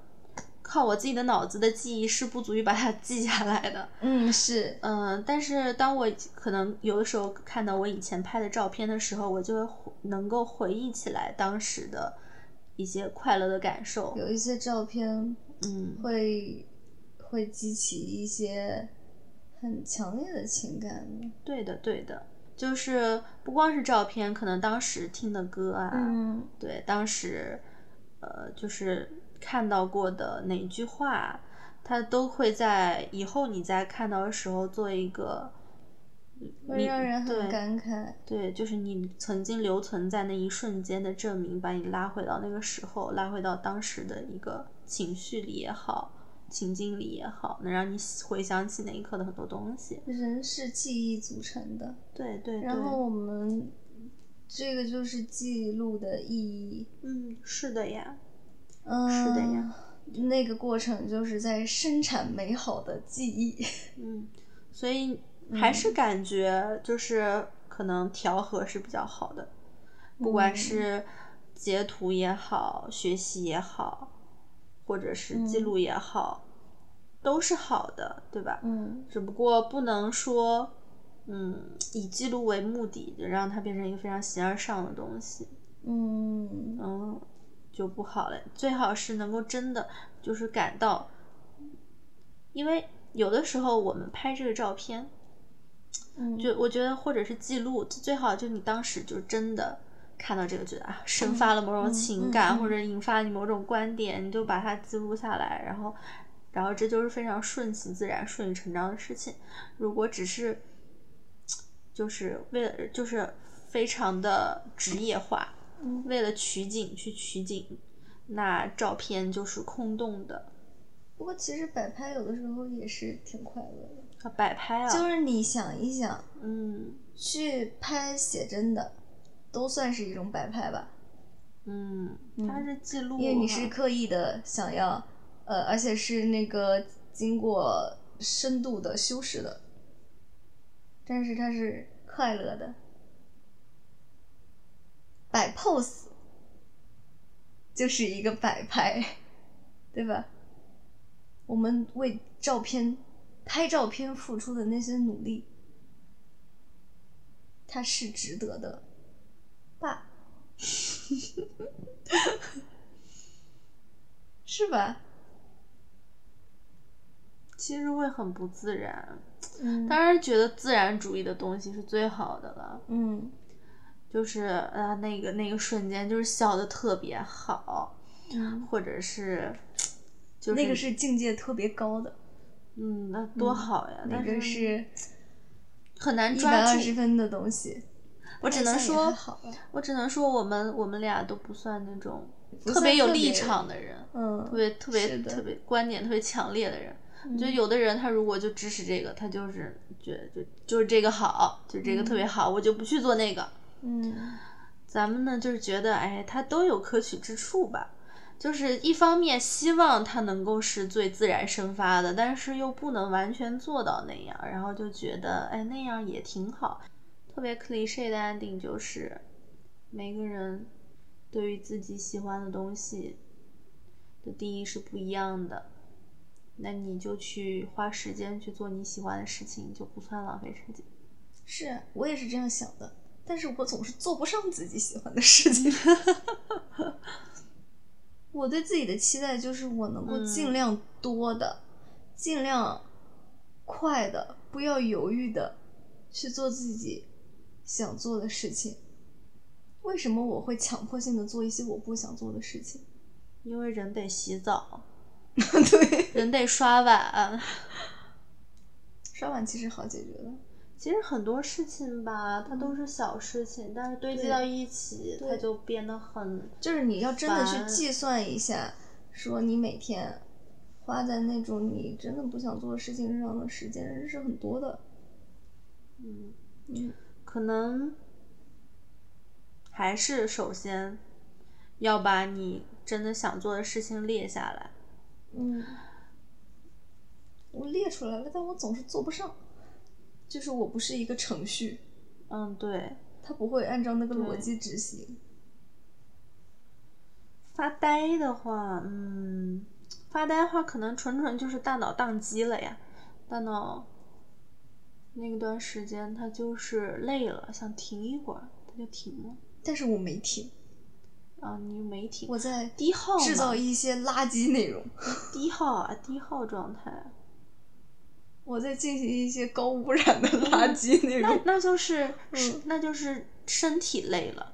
S1: 靠我自己的脑子的记忆是不足以把它记下来的。
S2: 嗯，是。
S1: 嗯，但是当我可能有的时候看到我以前拍的照片的时候，我就会回能够回忆起来当时的一些快乐的感受。
S2: 有一些照片
S1: 嗯，
S2: 会会激起一些很强烈的情感。
S1: 对的，对的，就是不光是照片，可能当时听的歌啊，
S2: 嗯
S1: 对，当时呃，就是看到过的哪句话，它都会在以后你在看到的时候做一个
S2: 会让人
S1: 对
S2: 很感慨。
S1: 对，就是你曾经留存在那一瞬间的证明，把你拉回到那个时候，拉回到当时的一个情绪里也好，情境里也好，能让你回想起那一刻的很多东西。
S2: 人是记忆组成的，
S1: 对对对，
S2: 然后我们这个就是记录的意义。
S1: 嗯，是的呀，
S2: 嗯，
S1: 是的呀。
S2: 那个过程就是在生产美好的记忆。 (laughs)
S1: 嗯，所以
S2: 嗯
S1: 还是感觉就是可能调和是比较好的，不管
S2: 嗯
S1: 是截图也好，学习也好，或者是记
S2: 嗯
S1: 录也好，都是好的，对吧？
S2: 嗯，
S1: 只不过不能说，嗯，以记录为目的，就让它变成一个非常形而上的东西，
S2: 嗯，
S1: 嗯，就不好了。最好是能够真的就是感到，因为有的时候我们拍这个照片，
S2: 嗯
S1: 就我觉得或者是记录，最好就你当时就真的。看到这个，觉得啊，生发了某种
S2: 嗯
S1: 情
S2: 嗯
S1: 感，
S2: 嗯
S1: 或者引发你某种观点，你就把它记录下来，然后，然后这就是非常顺其自然、顺理成章的事情。如果只是就是为了就是非常的职业化，
S2: 嗯
S1: 为了取景去取景，那照片就是空洞的，
S2: 不过其实摆拍有的时候也是挺快乐的，
S1: 啊摆拍啊，
S2: 就是你想一想，
S1: 嗯
S2: 去拍写真的，都算是一种摆拍吧，
S1: 嗯，
S2: 嗯
S1: 它是记录哈，
S2: 因为你是刻意的想要，呃，而且是那个经过深度的修饰的，但是它是快乐的，摆 pose 就是一个摆拍，对吧？我们为照片拍照片付出的那些努力，它是值得的，吧？是吧？
S1: 其实会很不自然。
S2: 嗯
S1: 当然，觉得自然主义的东西是最好的了，
S2: 嗯，
S1: 就是啊那个那个瞬间就是笑的特别好，或者是就是
S2: 那个是境界特别高的，
S1: 嗯，那多
S2: 嗯
S1: 好呀！
S2: 那
S1: 但
S2: 个
S1: 是
S2: 是
S1: 很难
S2: 嗯一
S1: 抓
S2: 百
S1: 住
S2: 二十分的东西。
S1: 我只能
S2: 那像也
S1: 说
S2: 还好啊吧，
S1: 我只能说我们我们俩都不算那种
S2: 不
S1: 特
S2: 算
S1: 别有
S2: 特
S1: 立
S2: 别
S1: 场的人，
S2: 嗯，
S1: 特别特别
S2: 是的
S1: 特别观点特别强烈的人。
S2: 嗯
S1: 就有的人他如果就支持这个，他就是觉得就就是这个好，就这个特别好，我就不去做那个。
S2: 嗯
S1: 咱们呢就是觉得，哎，它都有可取之处吧。就是一方面希望它能够是最自然生发的，但是又不能完全做到那样，然后就觉得，哎，那样也挺好。特别 cliche 的 ending 就是，每个人对于自己喜欢的东西的定义是不一样的。那你就去花时间去做你喜欢的事情，就不算浪费时间。
S2: 是我也是这样想的，但是我总是做不上自己喜欢的事 (laughs) 情。我对自己的期待就是我能够
S1: 嗯
S2: 尽量多的、尽量快的、不要犹豫的去做自己想做的事情。为什么我会强迫性的做一些我不想做的事情？
S1: 因为人得洗澡，
S2: (laughs) 对，
S1: 人得刷碗，
S2: 刷碗其实好解决的。
S1: 其实很多事情吧，它都是小事情，但是堆积
S2: 对
S1: 到一起，
S2: 对
S1: 它就变得很
S2: 就是你要真的去
S1: 烦
S2: 计算一下，说你每天花在那种你真的不想做的事情上的时间是很多的。
S1: 嗯，
S2: 嗯
S1: 可能还是首先要把你真的想做的事情列下来。
S2: 嗯，我列出来了，但我总是做不上。就是我不是一个程序，
S1: 嗯，对，
S2: 它不会按照那个
S1: 对
S2: 逻辑执行。
S1: 发呆的话，嗯，发呆的话可能纯纯就是大脑宕机了呀，大脑那段时间它就是累了，想停一会儿，它就停了。
S2: 但是我没停，
S1: 啊，你没停，
S2: 我在
S1: 低耗
S2: 制
S1: 嘛
S2: 造一些垃圾内容，
S1: 低耗啊，低耗状态，
S2: 我在进行一些高污染的垃圾内
S1: 嗯那
S2: 容。
S1: 那就是、是
S2: 嗯
S1: 那就是身体累了，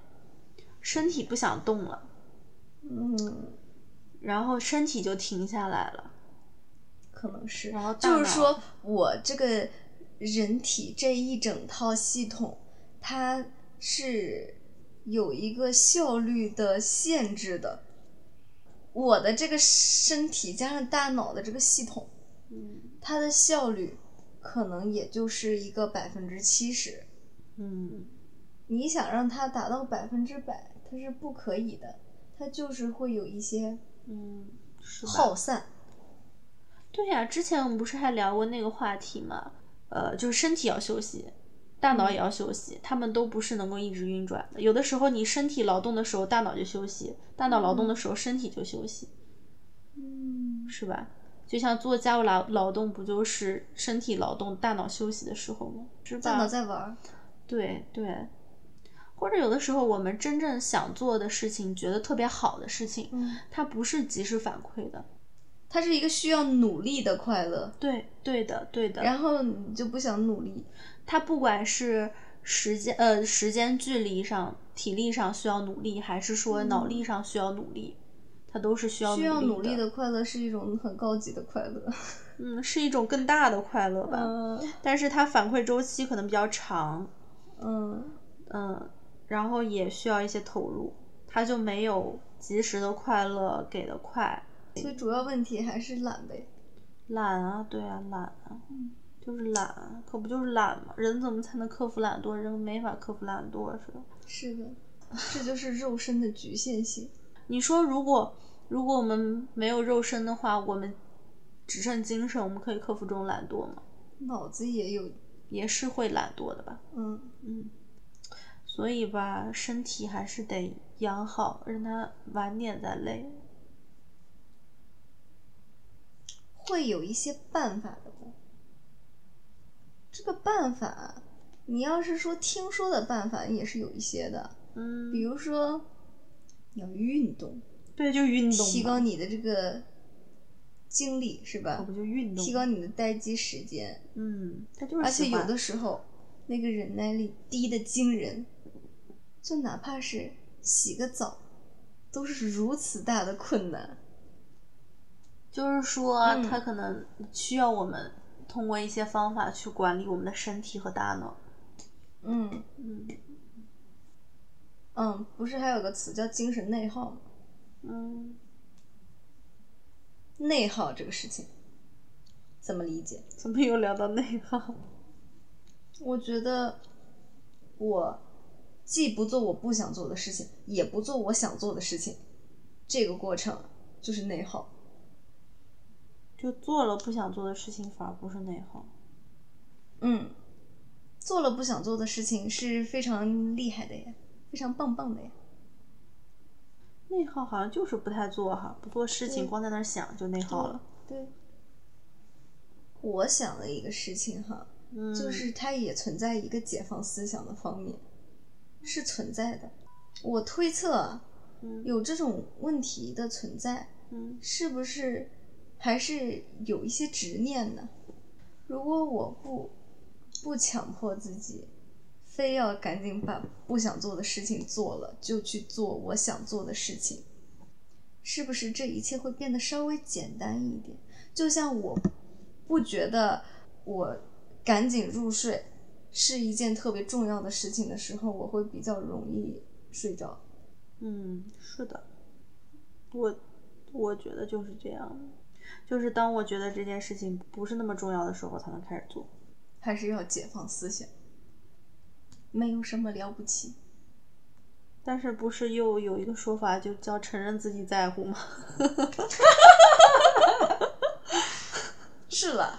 S1: 身体不想动了，
S2: 嗯，
S1: 然后身体就停下来了。
S2: 可能是，
S1: 然后大
S2: 就
S1: 脑
S2: 是说我这个人体这一整套系统，它是有一个效率的限制的。我的这个身体加上大脑的这个系统，
S1: 嗯
S2: 它的效率可能也就是一个百分之七十。
S1: 嗯
S2: 你想让它达到百分之百，它是不可以的，它就是会有一些
S1: 嗯，是吧
S2: 耗散。
S1: 对呀、之前我们不是还聊过那个话题吗？呃，就是身体要休息，大脑也
S2: 嗯
S1: 要休息，他们都不是能够一直运转的。有的时候你身体劳动的时候，大脑就休息；大脑劳动的时候，身体就休息，
S2: 嗯，
S1: 是吧？就像做家务劳劳动，不就是身体劳动、大脑休息的时候吗？是吧？
S2: 大脑在玩儿。
S1: 对对，或者有的时候我们真正想做的事情，觉得特别好的事情，
S2: 嗯，
S1: 它不是及时反馈的。
S2: 它是一个需要努力的快乐，
S1: 对对的对的。
S2: 然后你就不想努力。
S1: 它不管是时间呃时间距离上、体力上需要努力，还是说
S2: 嗯
S1: 脑力上需要努力，它都是需要
S2: 需要努力
S1: 的。
S2: 的快乐是一种很高级的快
S1: (laughs)
S2: 乐。
S1: 嗯，是一种更大的快乐吧。
S2: 嗯
S1: 但是它反馈周期可能比较长，
S2: 嗯，
S1: 嗯，然后也需要一些投入，它就没有及时的快乐给的快。
S2: 所以主要问题还是懒呗。
S1: 懒啊，对啊，懒啊，
S2: 嗯
S1: 就是懒啊，可不就是懒嘛？人怎么才能克服懒惰？人没法克服懒惰是吧？
S2: 是的，这就是肉身的局限性。
S1: 你说，如果如果我们没有肉身的话，我们只剩精神，我们可以克服这种懒惰吗？
S2: 脑子也有，
S1: 也是会懒惰的吧？
S2: 嗯，
S1: 嗯，所以吧，身体还是得养好，让它晚点再累。
S2: 会有一些办法的吧。这个办法，你要是说听说的办法也是有一些的，
S1: 嗯，
S2: 比如说你要运动，
S1: 对，就运动嘛，
S2: 提高你的这个精力是
S1: 可
S2: 吧
S1: 不？就运动，
S2: 提高，你的待机时间，
S1: 嗯，它就是
S2: 而且
S1: 喜欢
S2: 有的时候那个忍耐力低的惊人，就哪怕是洗个澡，都是如此大的困难。
S1: 就是说，
S2: 嗯
S1: 它可能需要我们通过一些方法去管理我们的身体和大脑。
S2: 嗯
S1: 嗯
S2: 嗯，不是还有个词叫精神内耗吗？
S1: 嗯， (laughs)
S2: 内耗这个事情怎么理解？
S1: 怎么又聊到内耗？
S2: 我觉得我既不做我不想做的事情，也不做我想做的事情，这个过程就是内耗。
S1: 就做了不想做的事情，反而不是内耗。
S2: 嗯，做了不想做的事情是非常厉害的呀，非常棒棒的呀。
S1: 内耗好像就是不太做哈，不做事情，
S2: 对
S1: 光在那儿想就内耗了。
S2: 对，我想了一个事情哈，
S1: 嗯，
S2: 就是它也存在一个解放思想的方面，是存在的。我推测啊
S1: 嗯
S2: 有这种问题的存在，
S1: 嗯
S2: 是不是还是有一些执念呢？如果我不不强迫自己，非要赶紧把不想做的事情做了，就去做我想做的事情，是不是这一切会变得稍微简单一点？就像我不觉得我赶紧入睡是一件特别重要的事情的时候，我会比较容易睡着。
S1: 嗯，是的，我我觉得就是这样，就是当我觉得这件事情不是那么重要的时候，才能开始做。
S2: 还是要解放思想，没有什么了不起。
S1: 但是不是又有一个说法，就叫承认自己在乎吗？ (laughs)
S2: 是了，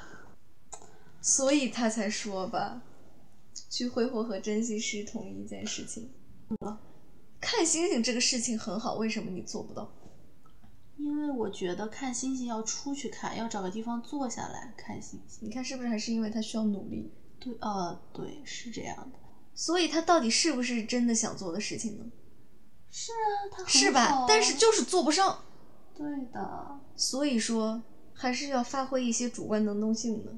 S2: 所以他才说吧，去挥霍和珍惜是同一件事情。看星星这个事情很好，为什么你做不到？
S1: 因为我觉得看星星要出去看，要找个地方坐下来看星星。
S2: 你看是不是还是因为他需要努力？
S1: 对，呃，对，是这样的。
S2: 所以他到底是不是真的想做的事情呢？
S1: 是啊，它很
S2: 是吧
S1: 好？
S2: 但是就是做不上。
S1: 对的，
S2: 所以说，还是要发挥一些主观能动性的。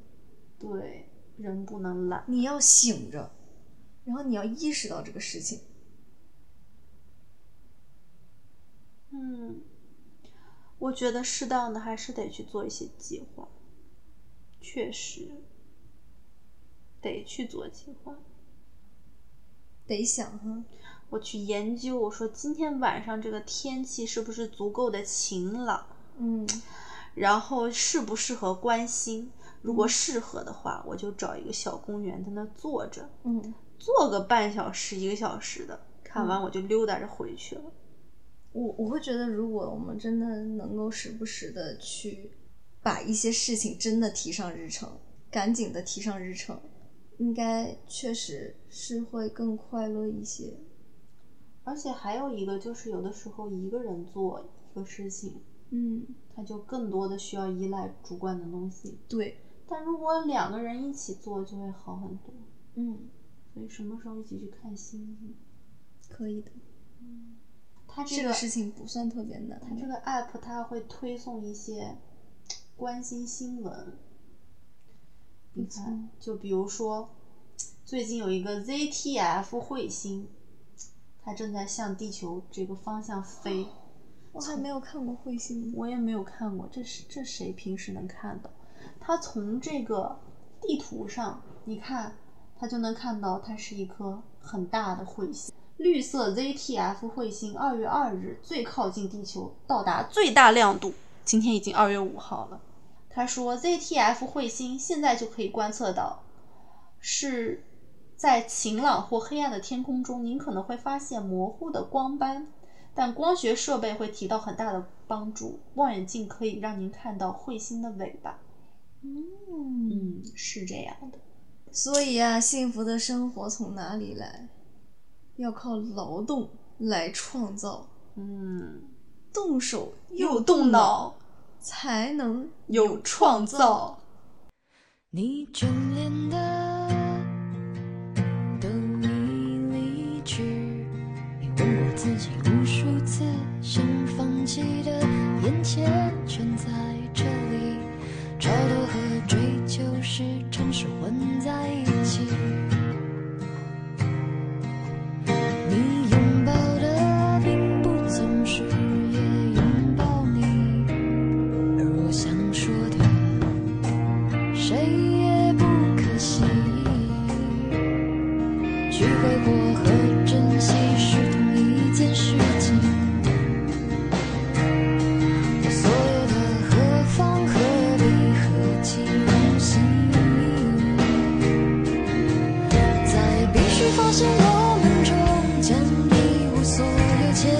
S1: 对，人不能懒。
S2: 你要醒着，然后你要意识到这个事情。
S1: 嗯，我觉得适当的还是得去做一些计划。确实，得去做计划。
S2: 得想哈，
S1: 我去研究，我说今天晚上这个天气是不是足够的晴朗，
S2: 嗯，
S1: 然后适不适合关心。如果适合的话，我就找一个小公园在那坐着，
S2: 嗯，
S1: 坐个半小时、一个小时的，看完我就溜达着回去了。
S2: 我我会觉得，如果我们真的能够时不时的去把一些事情真的提上日程，赶紧的提上日程，应该确实是会更快乐一些。
S1: 而且还有一个就是，有的时候一个人做一个事情，
S2: 嗯，
S1: 他就更多的需要依赖主观的东西。
S2: 对，
S1: 但如果两个人一起做，就会好很多。
S2: 嗯，
S1: 所以什么时候一起去看星星？
S2: 可以的。
S1: 它
S2: 这
S1: 这
S2: 个
S1: 个
S2: 事情不算特别难。
S1: 它这个 app 它会推送一些关心新闻，你看，就比如说最近有一个 ZTF 彗星，它正在向地球这个方向飞。
S2: 我还没有看过彗星。
S1: 我也没有看过，这是这谁平时能看到？它从这个地图上，你看，它就能看到它是一颗很大的彗星。绿色 ZTF 彗星二月二日最靠近地球，到达最大亮度。今天已经二月五号了。他说，ZTF 彗星现在就可以观测到，是在晴朗或黑暗的天空中，您可能会发现模糊的光斑，但光学设备会提到很大的帮助。望远镜可以让您看到彗星的尾巴。
S2: 嗯，
S1: 嗯，是这样的。
S2: 所以啊，幸福的生活从哪里来？要靠劳动来创造，
S1: 嗯，
S2: 动手
S1: 又
S2: 动
S1: 动脑，
S2: 才能
S1: 有创造。
S5: 你眷恋的，等你离去。你问过自己无数次，想放弃的，眼前全在这里。超脱和追求是城市混在一起。你拥抱的，并不总是也拥抱你，而我想说的。谁也不可惜。去挥霍和珍惜是同一件事情。所有的何方何必何其用心，在必须发现我们中间一无所有前，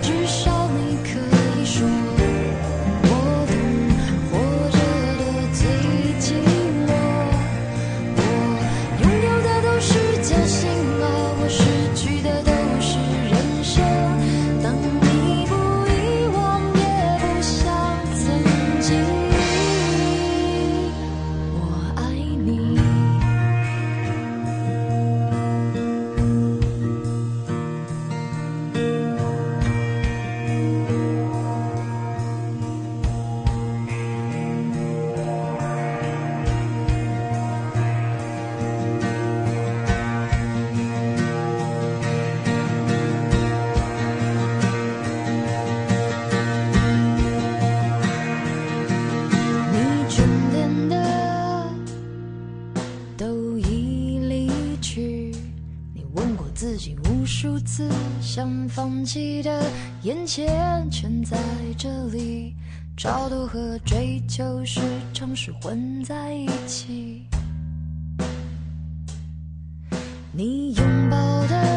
S5: 至少你可以说。我懂，活着的最寂寞。我拥有的都是侥幸，而我失去的都是人生。当你不遗忘，也不像曾经，我爱你。你眷恋的都已离去，你问过自己无数次，想放弃的眼前全在这里，超脱和追求时常是混在一起。你拥抱的